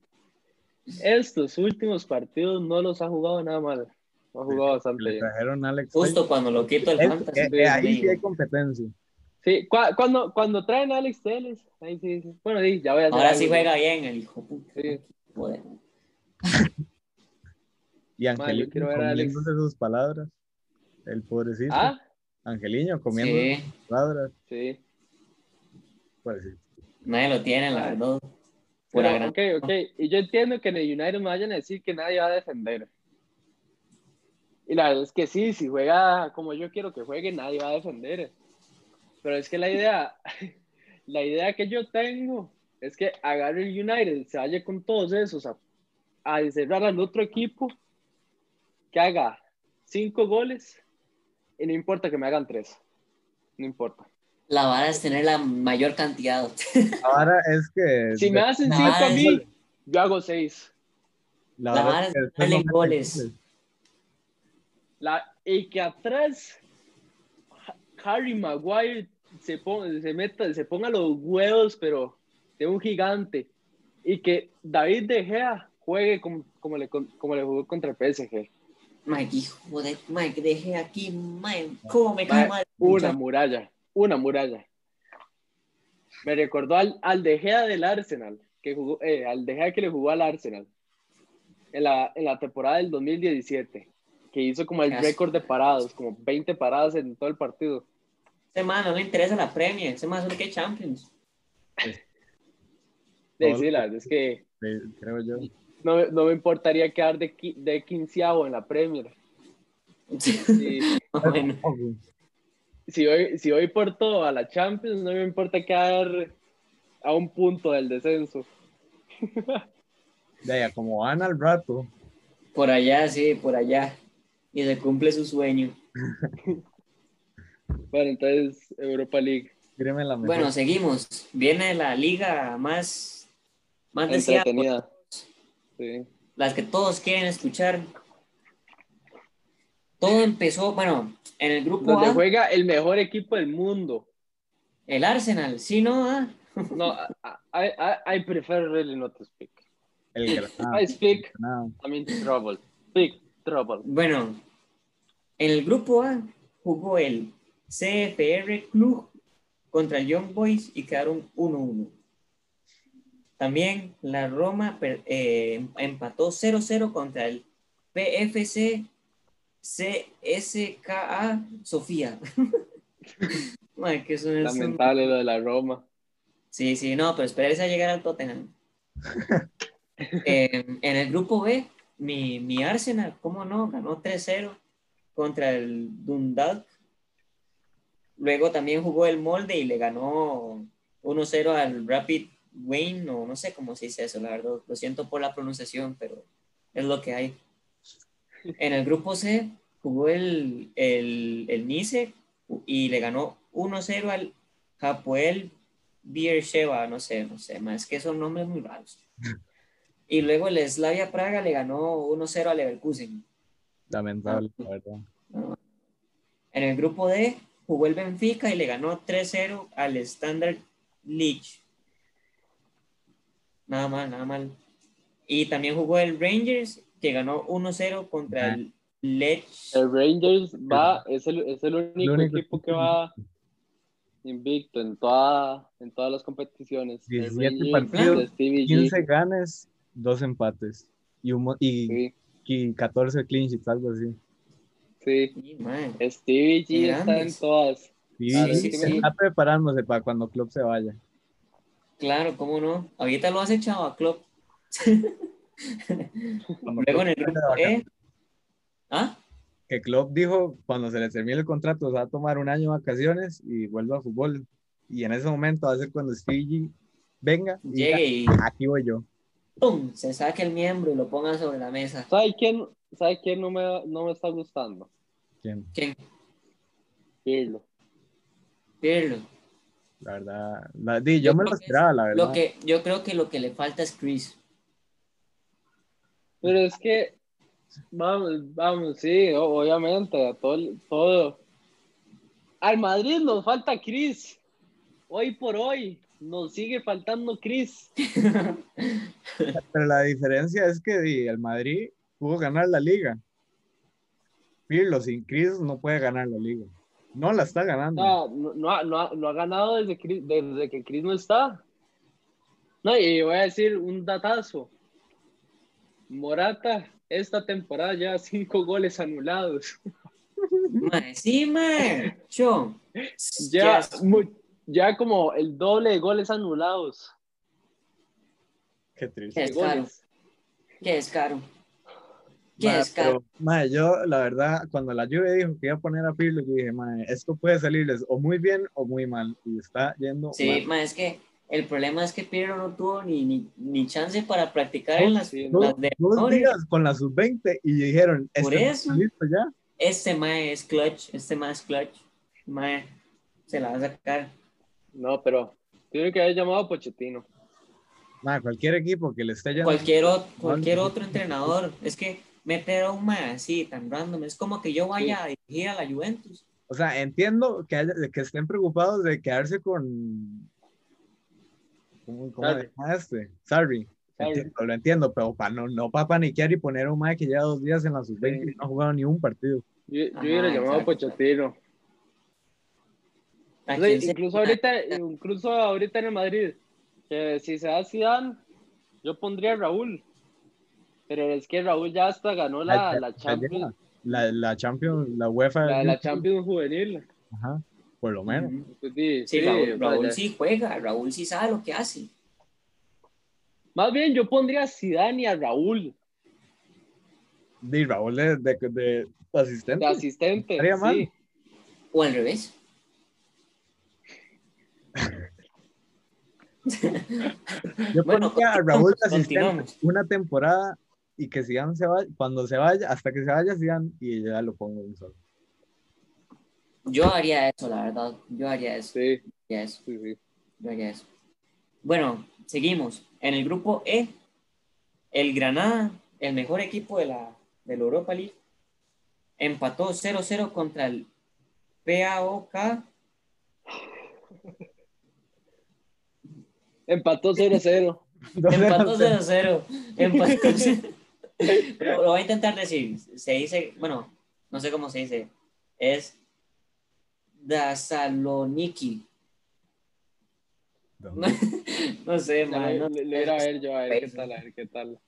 B: estos últimos partidos no los ha jugado nada mal. No ha jugado bastante
A: le
B: bien.
A: trajeron a Alex.
C: Justo cuando lo quito el
A: Es-
C: fantasy.
A: eh, eh,
C: Dios
A: ahí sí
C: mío.
A: hay competencia.
B: Sí, cua- cuando, cuando traen a Alex Teles, ahí sí dice, bueno, sí, ya voy a hacer
C: Ahora
B: algo,
C: sí
B: ¿no?
C: juega bien el hijo puta.
B: Sí.
C: Joder.
A: Y
B: yo
A: Angelino
B: quiero ver a Alex.
A: comiéndose sus palabras. El pobrecito.
B: Ah,
A: Angelino comiendo
C: Sí,
A: sus palabras. Pues
B: sí.
A: Pobrecito.
C: nadie lo tiene, la verdad. Pura
B: Pero,
C: gran-
B: ok, ok. Y yo entiendo que en el United me vayan a decir que nadie va a defender. Y la verdad es que sí, si juega como yo quiero que juegue, nadie va a defender. Pero es que la idea, la idea que yo tengo es que agarre el United, se vaya con todos esos a, a encerrar al otro equipo, que haga cinco goles y no importa que me hagan tres. No importa.
C: La vara es tener la mayor cantidad.
A: Ahora es que.
B: Si me hacen
C: Nah,
B: cinco a
C: es-
B: mí, yo hago seis.
A: la
C: la
A: verdad
C: vara es
A: que esto
C: darle
A: no me
C: goles.
A: parece.
B: La, y que atrás Ha- Harry Maguire se, ponga, se, meta, se ponga los huevos, pero de un gigante. Y que David De Gea juegue como, como, le, con- como le jugó contra el PSG.
C: Mae, qué hijo de. Mae, que dejé aquí, mae. ¿Cómo me cae
B: Mae,
C: mal?
B: Una muralla, una muralla. Me recordó al, al De Gea del Arsenal, que jugó, eh, al De Gea que le jugó al Arsenal en la, en la temporada del 2017, que hizo como el
C: Qué asco.
B: récord de parados, como 20 paradas en todo el partido.
C: Ese mae Este no le interesa la premia. Ese mae solo que Champions.
B: Sí,
A: Todo
B: sí,
A: lo-
B: la verdad es que
A: eh, creo yo.
B: no, me- no me importaría quedar de, qui- de quinceavo en la Premier. Sí.
C: bueno,
B: si hoy, si hoy por todo a la Champions, no me importa quedar a un punto del descenso.
A: De ahí, como van al rato,
C: por allá, sí, por allá. Y se cumple su sueño.
B: Bueno, entonces Europa League.
A: tíreme la mejor.
C: Bueno, seguimos. Viene la liga más, más deseada,
B: Entretenida. Sí.
C: las que todos quieren escuchar. Todo empezó, bueno, en el grupo
B: Donde
C: A,
B: juega el mejor equipo del mundo.
C: el Arsenal, sí, ¿no? Ah,
B: No, I, I, I prefer really not to speak.
A: el Granada.
B: I speak,
A: Granada.
B: I'm in trouble. Speak, trouble.
C: Bueno, en el grupo A jugó el CFR Club contra el Young Boys y quedaron 1-1. También la Roma per- eh, empató 0-0 contra el PFC CSKA Sofía. Ay, que son esos-
B: Lamentable lo de la Roma.
C: Sí, sí, no, pero esperarse a llegar al Tottenham. Eh, en el grupo B, mi, mi Arsenal, ¿cómo no? Ganó 3-0 contra el Dundalk. Luego también jugó el molde y le ganó 1-0 al Rapid Wayne, o no sé cómo se dice eso, la verdad. Lo siento por la pronunciación, pero es lo que hay. En el grupo C jugó el, el, el Nice y le ganó 1-0 al Hapoel Beersheba, no sé, no sé, más que son nombres muy raros. Y luego el Slavia Praga le ganó 1-0 al Leverkusen.
A: Lamentable, la verdad.
C: En el grupo D jugó el Benfica y le ganó 3-0 al Standard Leach. Nada mal, nada mal. Y también jugó el Rangers que ganó 1-0 contra el Lech.
B: El Rangers va, es el, es el único,
A: único
B: equipo que va invicto en, toda, en todas las competiciones. El
A: 17
B: Rangers,
A: partidos,
B: el Stevie G.
A: 15 ganes, 2 empates y, un mo- y,
B: Sí,
A: y 14 clean sheets, algo así.
B: sí.
C: Sí, mae.
B: Stevie
C: Qué
B: G está en
C: grandes.
B: todas.
A: Sí,
B: Claro,
A: sí,
B: sí,
A: sí,
B: sí.
A: Está preparándose para cuando Club se vaya.
C: Claro, cómo no. Ahorita lo has echado a Klopp.
A: Cuando
C: Luego en
A: Klopp vaya de
C: el grupo
A: vacaciones.
C: E. ¿Ah?
A: Que Klopp dijo, cuando se le termine el contrato, se va a tomar un año de vacaciones y vuelve al fútbol. Y en ese momento va a ser cuando Stevie G venga y diga,
C: Llegue y
A: aquí voy yo.
C: ¡pum! se saque el miembro y lo ponga sobre la mesa.
B: ¿Sabe quién, sabe quién no, me, no me está gustando?
A: ¿Quién?
C: ¿Quién?
B: Pirlo.
C: Pirlo.
A: La verdad, la- di, yo,
C: Yo
A: me
C: creo
A: lo
C: que
A: esperaba, la verdad.
C: Lo que, yo creo que lo que le falta es Chris.
B: Pero es que, vamos, vamos, sí, o- obviamente, a todo, el- todo. Al Madrid nos falta Chris. Hoy por hoy nos sigue faltando Chris.
A: Pero la diferencia es que di, el Madrid pudo ganar la liga. Pirlo sin Cris no puede ganar la liga. No la está
C: Mm.
A: ganando.
B: No, no, no, ha- no ha- no ha ganado desde, Chris- desde que Chris no está. No, y voy a decir un datazo. Morata, esta temporada ya cinco goles anulados.
C: Mae, sí, mae. Cho.
B: Ya,
C: Yes.
B: mu- ya como el doble de goles anulados.
A: Qué triste.
B: de
C: Es claro.
B: goles.
C: Qué descaro. Qué
A: Ma,
C: descaro.
A: pero, ma, yo, la verdad, cuando la lluvia dijo que iba a poner a Pirlo, yo dije, ma, esto puede salirles o muy bien o muy mal. Y está yendo
C: Sí,
A: mal.
C: mae, es que el problema es que Pirlo no tuvo ni, ni, ni chance para practicar en las,
B: Sí, no.
C: las de
A: Dos
C: menores.
A: días con la sub-20 y dijeron,
C: Por
A: este
C: eso.
A: está listo ya.
C: Este mae es clutch. Este mae es clutch. Mae, se la va a sacar.
B: No, pero tiene que haber llamado a Pochettino.
A: Ma, cualquier equipo que le esté yendo.
C: Cualquier, ot- cualquier otro entrenador. Es que meter a un mae así, tan random, es como que yo vaya a dirigir a la Juventus.
A: O sea, entiendo que, haya- que estén preocupados de quedarse con. ¿Cómo, cómo se
B: Sarri.
A: llama este? Sarri. Entiendo, lo entiendo, pero para no, no para paniquear y poner a un mae que lleva dos días en la sub-20 y no ha jugado ni un partido.
B: Yo, yo
C: Ajá,
B: hubiera llamado a
C: exacto.
B: Pochettino.
C: ¿A
B: O sea,
C: quién se-
B: incluso ahorita, incluso ahorita en el Madrid, que si se da Zidane, yo pondría a Raúl. Pero es que Raúl ya hasta ganó la, la Champions,
A: La, la Champions, la UEFA.
B: la, la Champions juvenil.
A: Ajá, por lo menos.
B: Sí,
C: Mm, Sí,
B: sí, o
C: Raúl,
B: sea,
C: Raúl
B: ya-
C: sí juega, Raúl sí sabe lo que hace.
B: Más bien yo pondría a Zidane y a Raúl
A: Di Raúl de, de, de asistente.
B: de asistente.
A: Estaría
B: sí.
A: mal.
C: O al revés.
A: Yo
C: Bueno,
A: pondría a Raúl de asistente
C: continuamos.
A: una temporada y que Zidane se vaya, cuando se vaya, hasta que se vaya Zidane y ya lo pongo en solo.
C: Yo haría eso, la verdad. Yo haría eso.
B: Sí,
C: haría eso,
B: sí, sí.
C: yo haría eso. Bueno, seguimos. En el grupo E, el Granada, el mejor equipo de la, de la Europa League, empató 0-0 contra el PAOK.
B: Empató 0-0.
C: Empató 0-0. Empató 0-0. Lo lo voy a intentar decir. Se dice, bueno, no sé cómo se dice. Es Dasaloniki. No sé,
B: Ya
C: man.
B: lo-
C: no-
B: lo- lo iré a ver yo, a ver qué
C: Eso.
B: tal, a ver qué tal.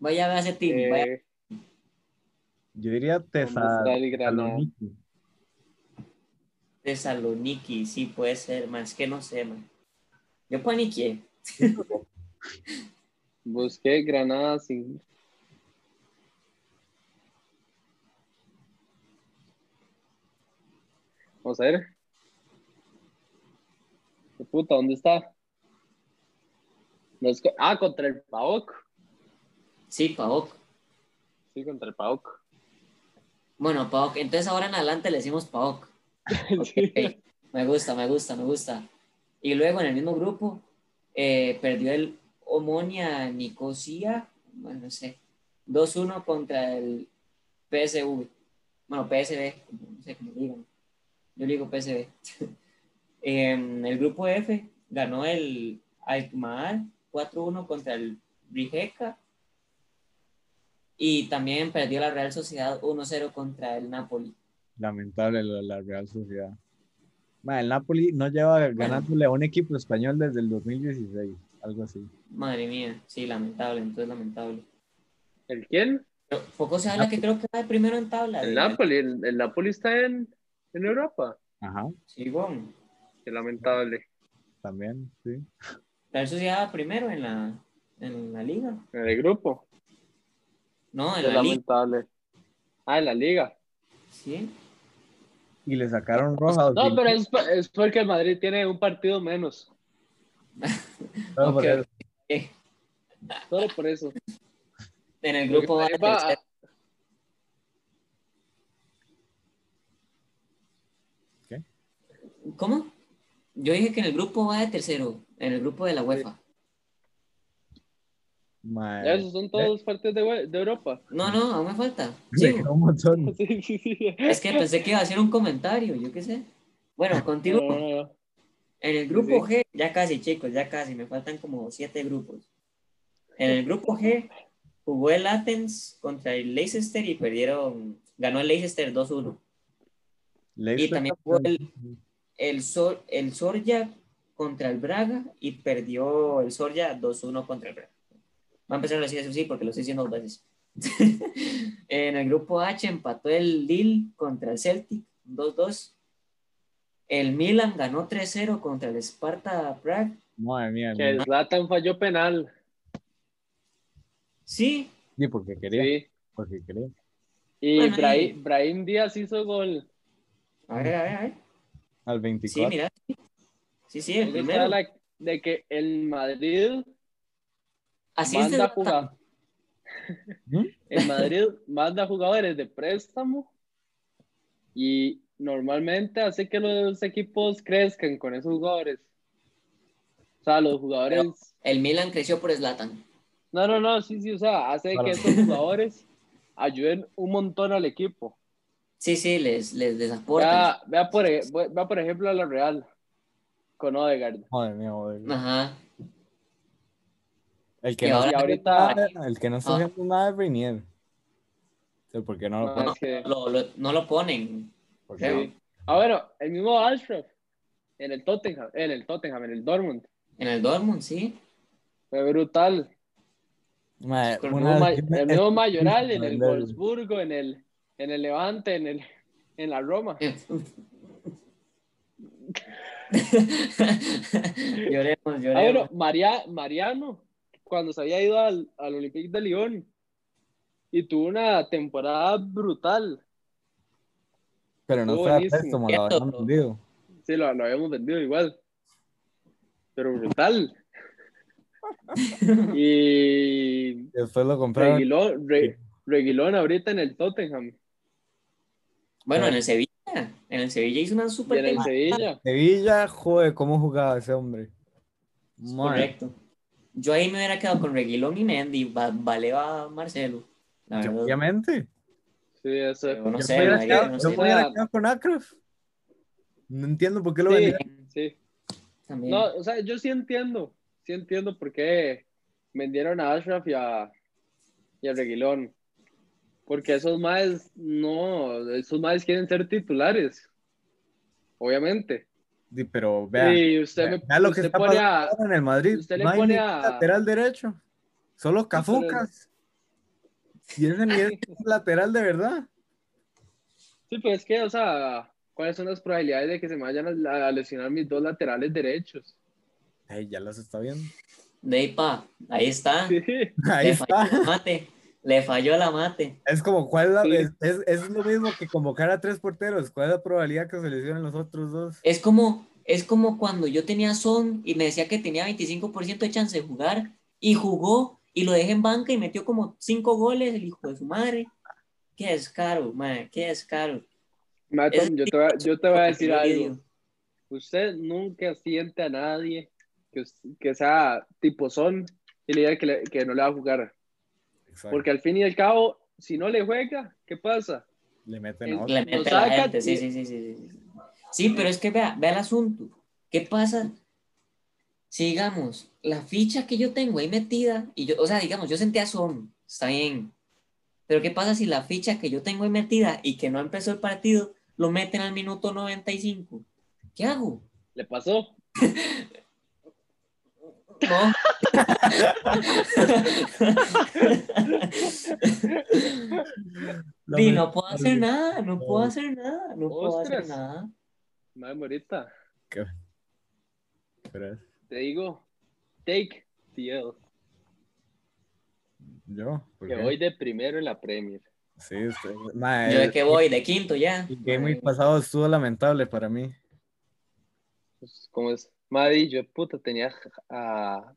C: Vaya a ver ese team.
B: Eh,
C: vaya-
A: Yo diría
B: está el Granada?
A: Tesaloniki.
C: Tesaloniki, sí, puede ser, man. Es que no sé, man. Yo paniqué.
B: Busqué Granada sin. Vamos a ver. ¿Qué puta, ¿dónde está? No es co- Ah, contra el Paok.
C: Sí, Paok.
B: Sí, contra el Paok.
C: Bueno, Paok. Entonces ahora en adelante le decimos Paok.
B: Sí.
C: Ok, Me gusta, me gusta, me gusta. Y luego en el mismo grupo eh, perdió el Omonia Nicosia, bueno, no sé, 2-1 contra el PSV. Bueno, PSV, no sé cómo digan. Yo digo PSV. en Em, el grupo F ganó el Alkmaar 4-1 contra el Rijeka. Y también perdió la Real Sociedad 1-0 contra el Napoli.
A: Lamentable lo de la Real Sociedad. Ma, el Napoli no lleva ganándole a un equipo español desde el 2016, algo así.
C: Madre mía, sí, lamentable, entonces lamentable.
B: ¿El quién?
C: Pero poco se habla que creo que va de primero Ah, en tabla.
B: El
C: de-
B: Napoli. El, el Napoli está en, en Europa.
A: Ajá,
C: Sí, bueno.
B: Qué lamentable.
A: también, sí.
C: Real Sociedad va primero en la, en la liga.
B: En el grupo.
C: No, en
B: Qué
C: la liga.
B: lamentable. Ah, en la liga.
C: Sí.
A: Y le sacaron roja. al
B: No,
A: final,
B: pero es, pa- es porque el Madrid tiene un partido menos.
A: solo por
C: ok.
A: eso.
C: Eh,
B: Solo por eso.
C: En el grupo va
B: Porque va a-
C: tercero.
A: ¿Qué?
C: ¿Cómo? Yo dije que en el grupo va de tercero, en el grupo de la UEFA.
A: Ma,
B: Ya, Esos son todos partes de, Ue- de Europa.
C: No, no, aún me falta.
A: le
C: Sigo.
A: quedó un montón.
B: Sí, sí, sí.
C: Es que pensé que iba a hacer un comentario, yo qué sé. Bueno,
B: No,
C: continúo.
B: no, no.
C: En el grupo G, ya casi chicos, ya casi, me faltan como siete grupos. En el grupo G jugó el Athens contra el Leicester y perdieron, ganó el Leicester 2-1. Y
A: Leicester
C: también jugó el, el, Sor, el Sorja contra el Braga y perdió el Sorja 2-1 contra el Braga. Va a empezar a decir eso sí, porque lo estoy diciendo dos veces. en el grupo H empató el Lille contra el Celtic 2-2. El Milan ganó 3-0 contra el Sparta Prague
A: Madre mía,
B: Que Zlatan falló penal.
C: Sí,
A: sí, porque quería,
B: Sí.
A: porque quería.
B: Y
C: Bueno,
B: Brahim,
C: y-
B: Brahim Díaz hizo gol.
C: a ver, a ver, a ver.
A: Al
C: Sí,
A: 24.
C: mira. Sí, sí, el
B: Eso está
C: primero.
B: la- de que el Madrid
C: Así es de
B: manda jugadores.
A: ¿Mm?
B: El Madrid manda jugadores de préstamo y normalmente hace que los equipos crezcan con esos jugadores. O sea, los jugadores
C: El Milan creció por Slatan.
B: No, no, no, sí, sí, o sea, hace
A: Claro.
B: que estos jugadores ayuden un montón al equipo.
C: Sí, sí, les, les
B: Vea,
C: desaporta.
B: vea, por, ej- vea, por ejemplo, a la Real con Odegaard.
A: Madre mía, madre mía.
C: Ajá.
A: El que,
C: Y
A: no,
C: ahora-
B: Y ahorita,
A: nada- el que no está
C: Ah.
A: haciendo nada pues, es Reinier. O sea, ¿Por qué no lo
B: Ah,
A: ponen?
C: No,
B: es que-
C: lo- lo- no lo ponen.
A: ¿Por qué
B: sí. Ah, bueno, el mismo Ashraf en el Tottenham, en el Tottenham, en el Dortmund.
C: En el Dortmund, sí.
B: Fue brutal.
A: no? Mae,
C: Con
B: El
A: una
B: nuevo, Ma-
A: vez que me-
B: el nuevo Mayoral, en el
A: del-
B: Wolfsburgo, en el, en el Levante, en, el, en la Roma.
C: Eh, lloremos,
B: Ah, bueno,
C: lloremos.
B: Maria- Mariano, cuando se había ido al, al Olympique de Lyon y tuvo una temporada brutal.
A: Pero no
B: Estuvo
A: fue a
B: buenísimo.
A: préstamo, lo habían
C: Cierto.
A: vendido.
B: Sí, lo, lo habíamos vendido igual. Pero brutal. Y
A: Después lo compraron.
B: Reguilón, Re- Reguilón ahorita en el Tottenham
C: Bueno, en el Sevilla. En el Sevilla hizo una
B: y
C: super
B: en el
C: temporada.
B: Sevilla.
A: Sevilla, joder, cómo jugaba ese hombre. Mae,
C: Correcto. Yo ahí me hubiera quedado con Reguilón y Mendy. Va, vale va Marcelo. La
A: yo-
C: verdad.
A: obviamente.
B: Sí, eso.
C: Pero no
A: Yo
C: sé,
A: me hubiera
C: Madrid,
A: quedado-
C: no
A: yo
C: sé.
A: me hubiera
B: Nada.
A: quedado con Acrof. No entiendo por qué lo
B: Sí.
A: vendieron.
B: Sí.
C: También.
B: No, o sea, yo sí entiendo. Sí entiendo por qué vendieron a Ashraf y a, y a Reguilón. Porque esos maes, no, esos maes quieren ser titulares. Obviamente.
A: Sí, Pero vean.
B: y usted me
A: Vea vea lo que
B: usted
A: está
B: pone a-
A: pasando en el Madrid.
B: usted le
A: no hay
B: pone
A: ni
B: a-
A: lateral derecho. Solo cafucas. Y ese ni es lateral de verdad.
B: Sí, pero es que, o sea, ¿cuáles son las probabilidades de que se me vayan a, a lesionar mis dos laterales derechos?
A: Ay, ya los está viendo.
C: De ahí pa, ahí está.
B: Sí,
A: Ahí
C: Le falló
A: está.
C: la mate. Le falló la mate.
A: Es como, ¿cuál es, la-
B: Sí.
A: es, es, es lo mismo que convocar a tres porteros. ¿Cuál es la probabilidad que se lesionen los otros dos?
C: Es como, es como cuando yo tenía Son y me decía que tenía 25% de chance de jugar y jugó y lo dejé en banca y metió como 5 goles el hijo de su madre. Qué descaro, madre, qué descaro.
B: Mato,
C: Es-
B: yo, te voy a, yo te voy a decir
C: Yo
B: algo.
C: digo,
B: usted nunca siente a nadie que, us- que sea tipo son y le diga que, le- que no le va a jugar.
A: Exacto.
B: Porque al fin y al cabo, si no le juega, ¿qué pasa?
A: le meten
B: el-
A: a otro.
C: Le mete
B: Lo
C: la
B: saca
C: gente, sí,
B: y-
C: sí, sí, sí, sí. Sí, pero es que vea, vea el asunto. ¿Qué pasa? Si digamos, la ficha que yo tengo ahí metida, y yo, o sea, digamos, yo senté a Son, está bien. Pero ¿qué pasa si la ficha que yo tengo ahí metida y que no empezó el partido, lo meten al minuto 95? ¿Qué hago?
B: ¿Le pasó?
C: No.
A: Lo
C: Di,
A: mismo.
C: no puedo hacer nada, no puedo hacer nada, no puedo hacer
B: Ostras.
C: nada.
B: Madre morita,
A: Pero
B: te digo, take the L,
A: yo, ¿por
B: que
A: qué?
B: voy de primero en la Premier.
A: Sí, usted- ma,
C: Yo de
A: el-
C: qué voy, de quinto ya.
A: el game week pasado estuvo lamentable para mí.
B: Pues, como es? Madre, yo puta tenía a...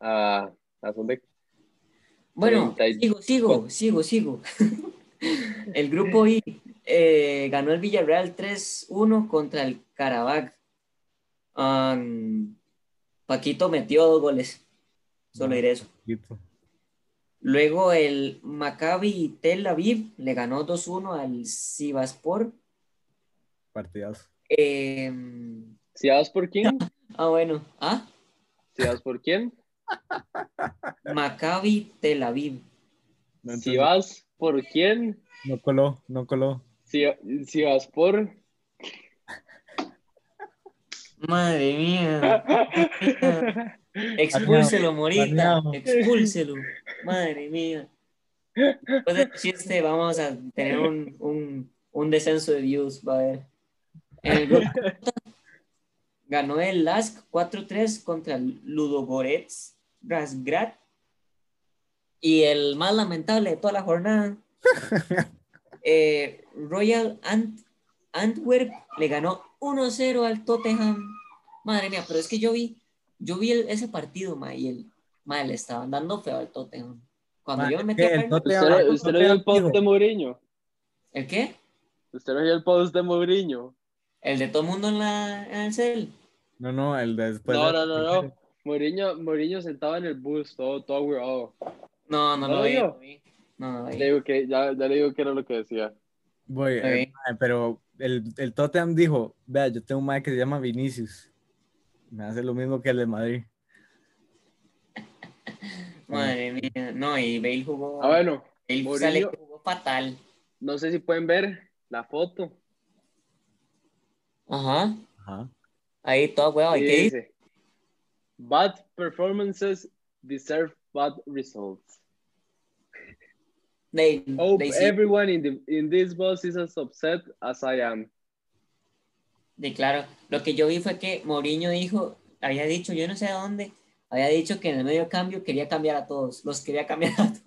B: a... a son de...
C: Bueno,
B: 30 y-
C: sigo, sigo, sigo, sigo. El grupo I eh, ganó el Villarreal 3-1 contra el Carabag. Am, Paquito metió dos goles. Solo diré eso.
A: Quito.
C: Luego el Maccabi Tel Aviv le ganó 2-1 al Sivaspor.
A: Partidazo.
C: Em,
B: ¿Si vas por quién?
C: ah, bueno. Ah,
B: ¿Si vas por quién?
C: Maccabi Tel Aviv.
A: No,
B: ¿Si
A: entonces,
B: vas por quién?
A: no coló, no coló.
B: ¿Si, si vas por...
C: Madre mía. Expúlselo, Morita.
A: Baneado.
C: Expúlselo. Madre mía. Después del chiste vamos a tener un, un, un descenso de views. Va a ver. En el grupo J, ganó el LASK 4-3 contra el Ludogorets Razgrad. Y el más lamentable de toda la jornada, eh, Royal Ant- Antwerp le ganó 1-0 al Tottenham. Madre mía, pero es que yo vi, yo vi el- ese partido, ma, y el, ma, le estaban dando feo al Tottenham. Cuando
A: Ma,
C: yo me
A: es
C: metí
A: que
C: a
A: el
C: verlo-
A: Tottenham-
B: ¿Usted, no- usted no vio el post
A: Digo.
B: de Mourinho?
C: ¿El qué?
B: ¿Usted no vio el post de Mourinho?
C: El de todo el mundo en, la, en el cel.
A: No, no, el de después.
B: no,
A: de-
B: Pues no, no, no. Mourinho, Mourinho sentado en el bus, todo, todo weirdo.
C: No,
B: ¿No
C: no, lo
B: lo
C: vi.
B: vio?
C: no vi. No, no lo vi.
B: Le digo que, ya, ya le digo que era lo que decía.
A: Voy,
C: Ok.
A: eh, mae, pero el, el Tottenham dijo, vea, yo tengo un mae que se llama Vinicius. Me hace lo mismo que el de Madrid.
C: Madre mía. No, y Bale jugó.
B: Ah, bueno,
C: Bale
B: Mourinho-
C: sale que jugó fatal.
B: no sé si pueden ver la foto.
C: Ajá.
A: Ajá.
C: Ahí toda hueva. ¿Y
B: Sí,
C: qué dice?
B: dice, Bad performances deserve bad results.
C: They,
B: Hope
C: Mm, they see-
B: everyone in, the, in this bus is as upset as I am.
C: de claro. Lo que yo vi fue que Mourinho dijo, había dicho, yo no sé a dónde, había dicho que en el medio cambio quería cambiar a todos. Los quería cambiar a todos.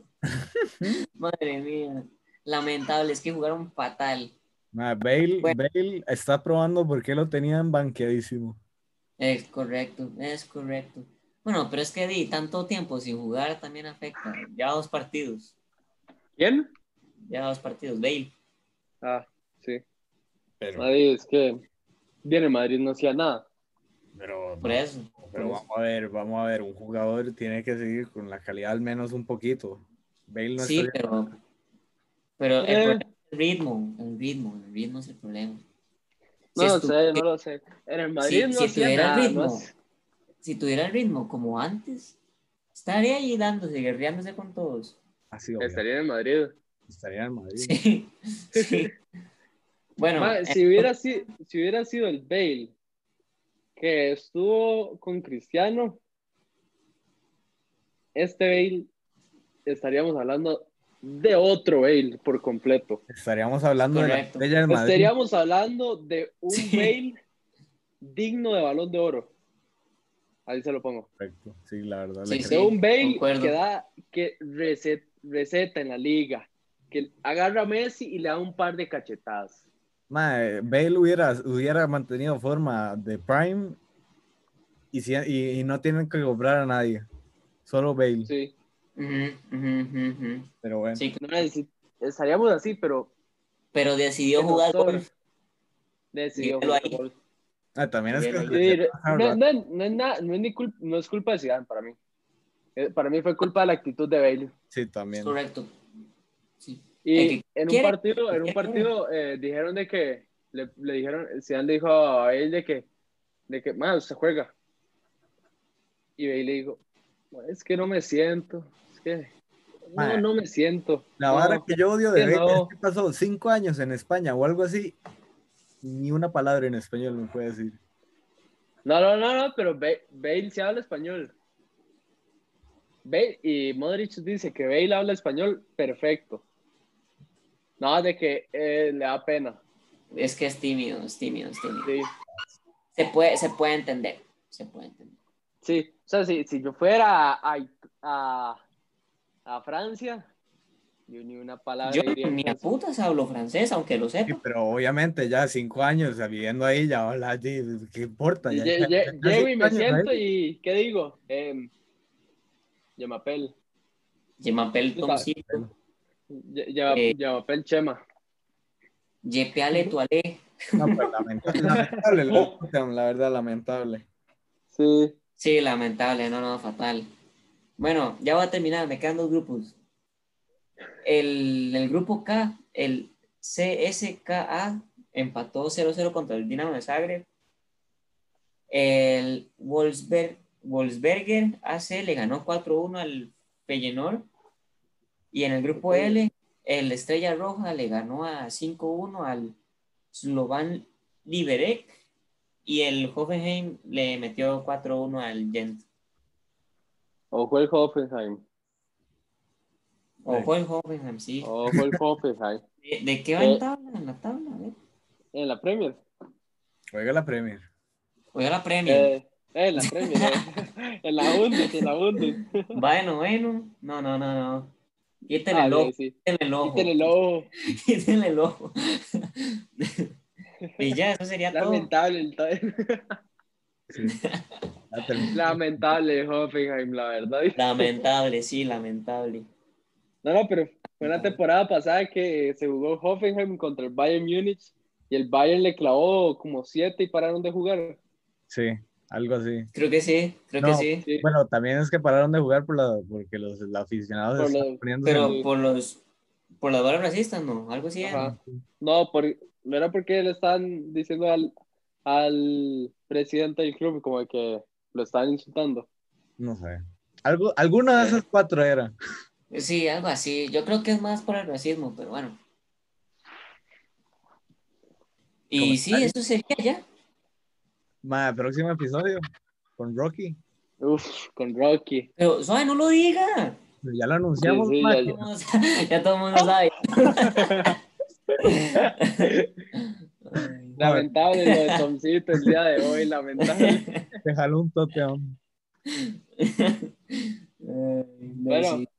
C: Madre mía. Lamentable, es que jugaron fatal.
A: Ma, Bale,
C: Bueno.
A: Bale está probando por qué lo tenían banqueadísimo.
C: Es correcto, es correcto. Bueno, pero es que di tanto tiempo sin jugar también afecta. Ya dos partidos,
B: ¿Quién?
C: ya dos partidos. Bale,
B: Ah, sí. Madrid, es que viene Madrid, no hacía nada.
A: Pero,
C: por eso.
A: pero vamos a ver, vamos a ver, un jugador tiene que seguir con la calidad al menos un poquito. Bale no
C: Sí,
A: está bien.
C: pero, pero el,
B: Eh.
C: problema es el ritmo, el ritmo, el ritmo es el problema. Si,
B: No lo
C: estu-
B: sé, no lo sé. En el Madrid
C: si-
B: no
C: si
B: hacía
C: tuviera
B: nada.
C: ritmo.
B: no hacía-
C: si tuviera el ritmo como antes, estaría ahí dándose, guerreándose con todos.
A: Ha sido bien.
B: Estaría en el Madrid.
A: Estaría en Madrid.
C: Sí, sí. Bueno, eh,
B: Ma, si, hubiera sido, si hubiera sido el Bale que estuvo con Cristiano, este Bale estaríamos hablando de otro Bale por completo.
A: Estaríamos hablando
C: Correcto. Pues
A: de la estrella del Madrid.
B: Estaríamos hablando de un
C: Sí.
B: Bale digno de balón de oro. Ahí se lo pongo.
A: Correcto. Sí, la verdad.
C: Sí,
A: le
C: sí.
B: de
A: creo.
B: un Bale
C: concuerdo.
B: que da que rece- receta en la liga, que agarra a Messi y le da un par de cachetadas.
A: Ma, eh, Bale hubiera, hubiera mantenido forma de Prime y, si- y- y no tienen que comprar a nadie. Solo Bale.
B: Sí,
C: ujú, ujú, ujú, ujú.
A: Pero bueno.
C: Sí,
B: no necesi- estaríamos así, pero
C: pero decidió
B: Menos
C: jugar
B: todo.
C: golf.
B: decidió
C: Dígalo
B: jugar
C: ahí.
B: golf.
A: Ah, también es que
C: Bien,
B: Sí, no, no- no es nada- no es ni cul- no es culpa de Zidane para mí. Eh, Para mí fue culpa de la actitud de Bale.
A: Sí, también.
C: Correcto. Sí. El
B: Y
C: que
B: en un
C: quiere-
B: partido, en un
C: quiere.
B: partido eh, dijeron de que le, le dijeron, Zidane le dijo a Bale de que, de que, man, usted juega. Y Bale le dijo, "Bueno, es que no me siento, es que no,
A: Man.
B: no me siento.
A: La
B: no".
A: vara que yo odio de
B: que
A: Bale
B: no.
A: es que pasó cinco años en España o algo así. Ni una palabra en español me puede decir.
B: No, no, no, no, pero Ba- Bale sí habla español. Bale, y Modric dice que Bale habla español perfecto. Nada de que eh, le da pena.
C: Es que es tímido, es tímido, es tímido.
B: Sí,
C: Se puede, se puede entender, se puede entender.
B: sí. O sea, si, si yo fuera a, a, a Francia, yo ni una palabra
C: Yo
B: diría en
C: ni a
B: francés.
C: putas hablo francés, aunque lo
A: Sí, pues.
C: sepa.
A: pero obviamente ya cinco años viviendo ahí, ya hola, sí, ¿qué importa?
B: Y
A: Ya-
B: lle-
A: ya- ya
B: lle- Llego y
A: cinco
B: me
A: años
B: siento
A: ahí.
B: y ¿qué digo? Eh, Yamapel.
C: Yemapel Tomcito,
B: Ye- Yama-
C: Eh.
B: Yamapel Chema.
C: Yepeale Tuale.
A: No, pues, lamenta- lamentable, la, la verdad, lamentable.
B: Sí.
C: Sí, lamentable, no, no, fatal. Bueno, ya va a terminar, me quedan dos grupos. El, el grupo K, el CSKA, empató 0-0 contra el Dinamo de Zagreb. El Wolfsberg, Wolfsberger AC le ganó 4-1 al Feyenoord. Y en el grupo L, el Estrella Roja le ganó a 5-1 al Slovan Liberec. Y el Hoffenheim le metió 4-1 al Gent.
B: Ojo el Hoffenheim.
C: Ojo el Hoffenheim, sí.
B: Ojo el Hoffenheim.
C: ¿De, de qué va
B: Eh.
C: en tabla? En la tabla, a ver.
B: En la Premier.
A: Juega la Premier.
C: Juega la Premier.
B: Eh, eh, en la Premier. eh. En la Bundes, en la Bundes.
C: Va de noveno. No, no, no, no. Quiten
B: Ah,
C: el ojo.
B: bien, sí.
C: Quiten el ojo.
B: Quiten el ojo.
C: Quiten el ojo. y ya, eso sería todo.
B: Lamentable. el to-
A: Sí. Ya terminó.
B: Lamentable Hoffenheim, la verdad.
C: Lamentable, sí, lamentable.
B: No, no, pero fue una temporada pasada que se jugó Hoffenheim contra el Bayern Múnich y el Bayern le clavó como siete y pararon de jugar.
A: Sí, algo así.
C: Creo que sí, creo
A: No.
C: que sí.
B: Sí.
A: Bueno, también es que pararon de jugar por la, porque los, los aficionados
B: Por
A: están
B: la-
A: poniéndose
C: Pero
A: en-
B: Sí.
C: por los por las balas racistas, no, algo así. era.
B: Ajá. No, por- no era porque le están diciendo al, al presidente del club como que lo están insultando.
A: no sé. Algo, alguna de esas cuatro era.
C: eh, Sí, algo así. Yo creo que es más por el racismo, pero bueno. Y sí,
A: Comentario.
C: eso sería ya.
A: Ma, próximo episodio con Rocky.
B: Uf, con Rocky.
C: Pero, suave, no lo diga.
A: Ya lo anunciamos.
B: Sí, sí,
A: ma.
B: ya lo-
C: O sea, ya todo el mundo sabe. Ay.
B: Lamentable lo de Tomcito el día de hoy, lamentable.
A: Te jaló un tote, hombre.
C: Ay, no,
B: Bueno.
C: sí.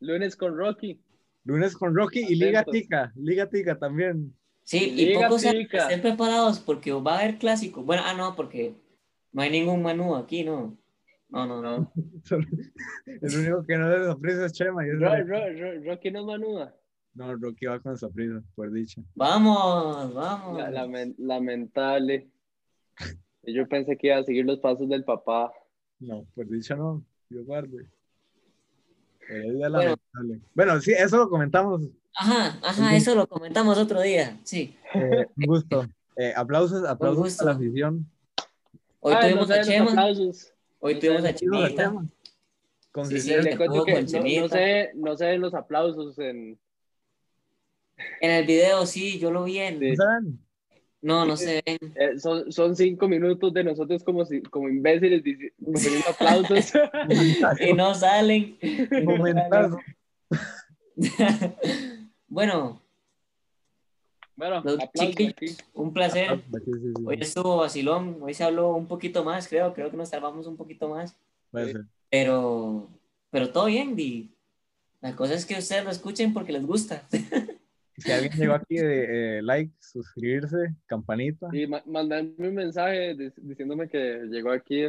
B: Lunes con Rocky.
A: Lunes con Rocky y Liga
B: Atentos.
A: Tica. Liga Tica también.
C: Sí, y
B: Liga
C: pocos se-
B: Tica.
C: estén preparados porque va a haber clásico. Bueno, ah, no, porque no hay ningún Manu aquí, no. No, no, no.
A: El único que no le sorpresa es Chema. y es
B: Ro- Ro- Ro- Rocky no es manuda.
A: No, Rocky va con sorpresa, por dicha.
C: Vamos, vamos.
B: La- lamen- lamentable. Yo pensé que iba a seguir los pasos del papá.
A: No, por dicha no. Dios guarde. Heredia
C: Bueno.
A: lamentable. Bueno, sí, eso lo comentamos.
C: Ajá, ajá, eso lo comentamos otro día. Sí.
A: Eh, un gusto. Eh, aplausos, aplausos
C: gusto.
A: a la afición.
C: Hoy
B: Ay,
C: tuvimos
B: Ah, no sé,
C: a
B: los
C: Chema,
B: aplausos.
C: hoy
B: no
C: tuvimos
B: sé,
C: a
A: Saludos a
C: Chemita.
A: Chema.
C: Sí, sí,
A: Considera-
C: el
B: Le cuento
C: escudo
B: que
C: con
B: no- no,
C: Chemita.
B: sé, no sé los aplausos en
C: En el video, sí, yo lo vi en.
B: Sí.
A: ¿Saben?
C: No, no se ven.
B: eh, son, son cinco minutos de nosotros como si, como imbéciles dici- poniendo aplausos.
C: Y no salen.
A: Comentazo.
C: bueno,
B: bueno,
C: Los
B: aplausos
C: chiquillos.
B: aquí.
C: un placer.
A: Ah, pues Sí, sí, sí.
C: Hoy estuvo vacilón, hoy se habló un poquito más, creo, creo que nos salvamos un poquito más,
A: Puede ser.
C: pero, pero todo bien, Di. La cosa es que ustedes lo escuchen porque les gusta.
A: Si alguien llegó aquí, eh, eh, like, suscribirse, campanita.
B: Y ma- mandarme un mensaje dic- diciéndome que llegó aquí.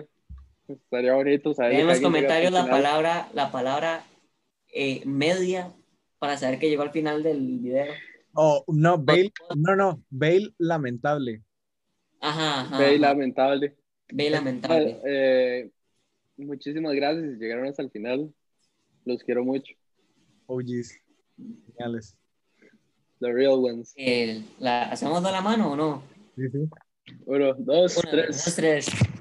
B: Estaría bonito saber. que alguien
C: Dejen en los
B: llegó
C: comentarios
B: hasta
C: la
B: el final.
C: palabra, la palabra eh, media para saber que llegó al final del video.
A: Oh, no, Bale, no, no, Bale lamentable.
C: Ajá, ajá.
B: Ve, lamentable.
C: Ve
B: Bueno,
C: lamentable.
B: eh, muchísimas gracias. si Llegaron hasta el final. Los quiero mucho.
A: OGs. Geniales.
B: The real ones.
C: Eh, El- la, ¿Hacemos de la mano o no?
A: Sí, sí.
B: Uno, dos,
C: Una,
B: tres.
C: dos, tres.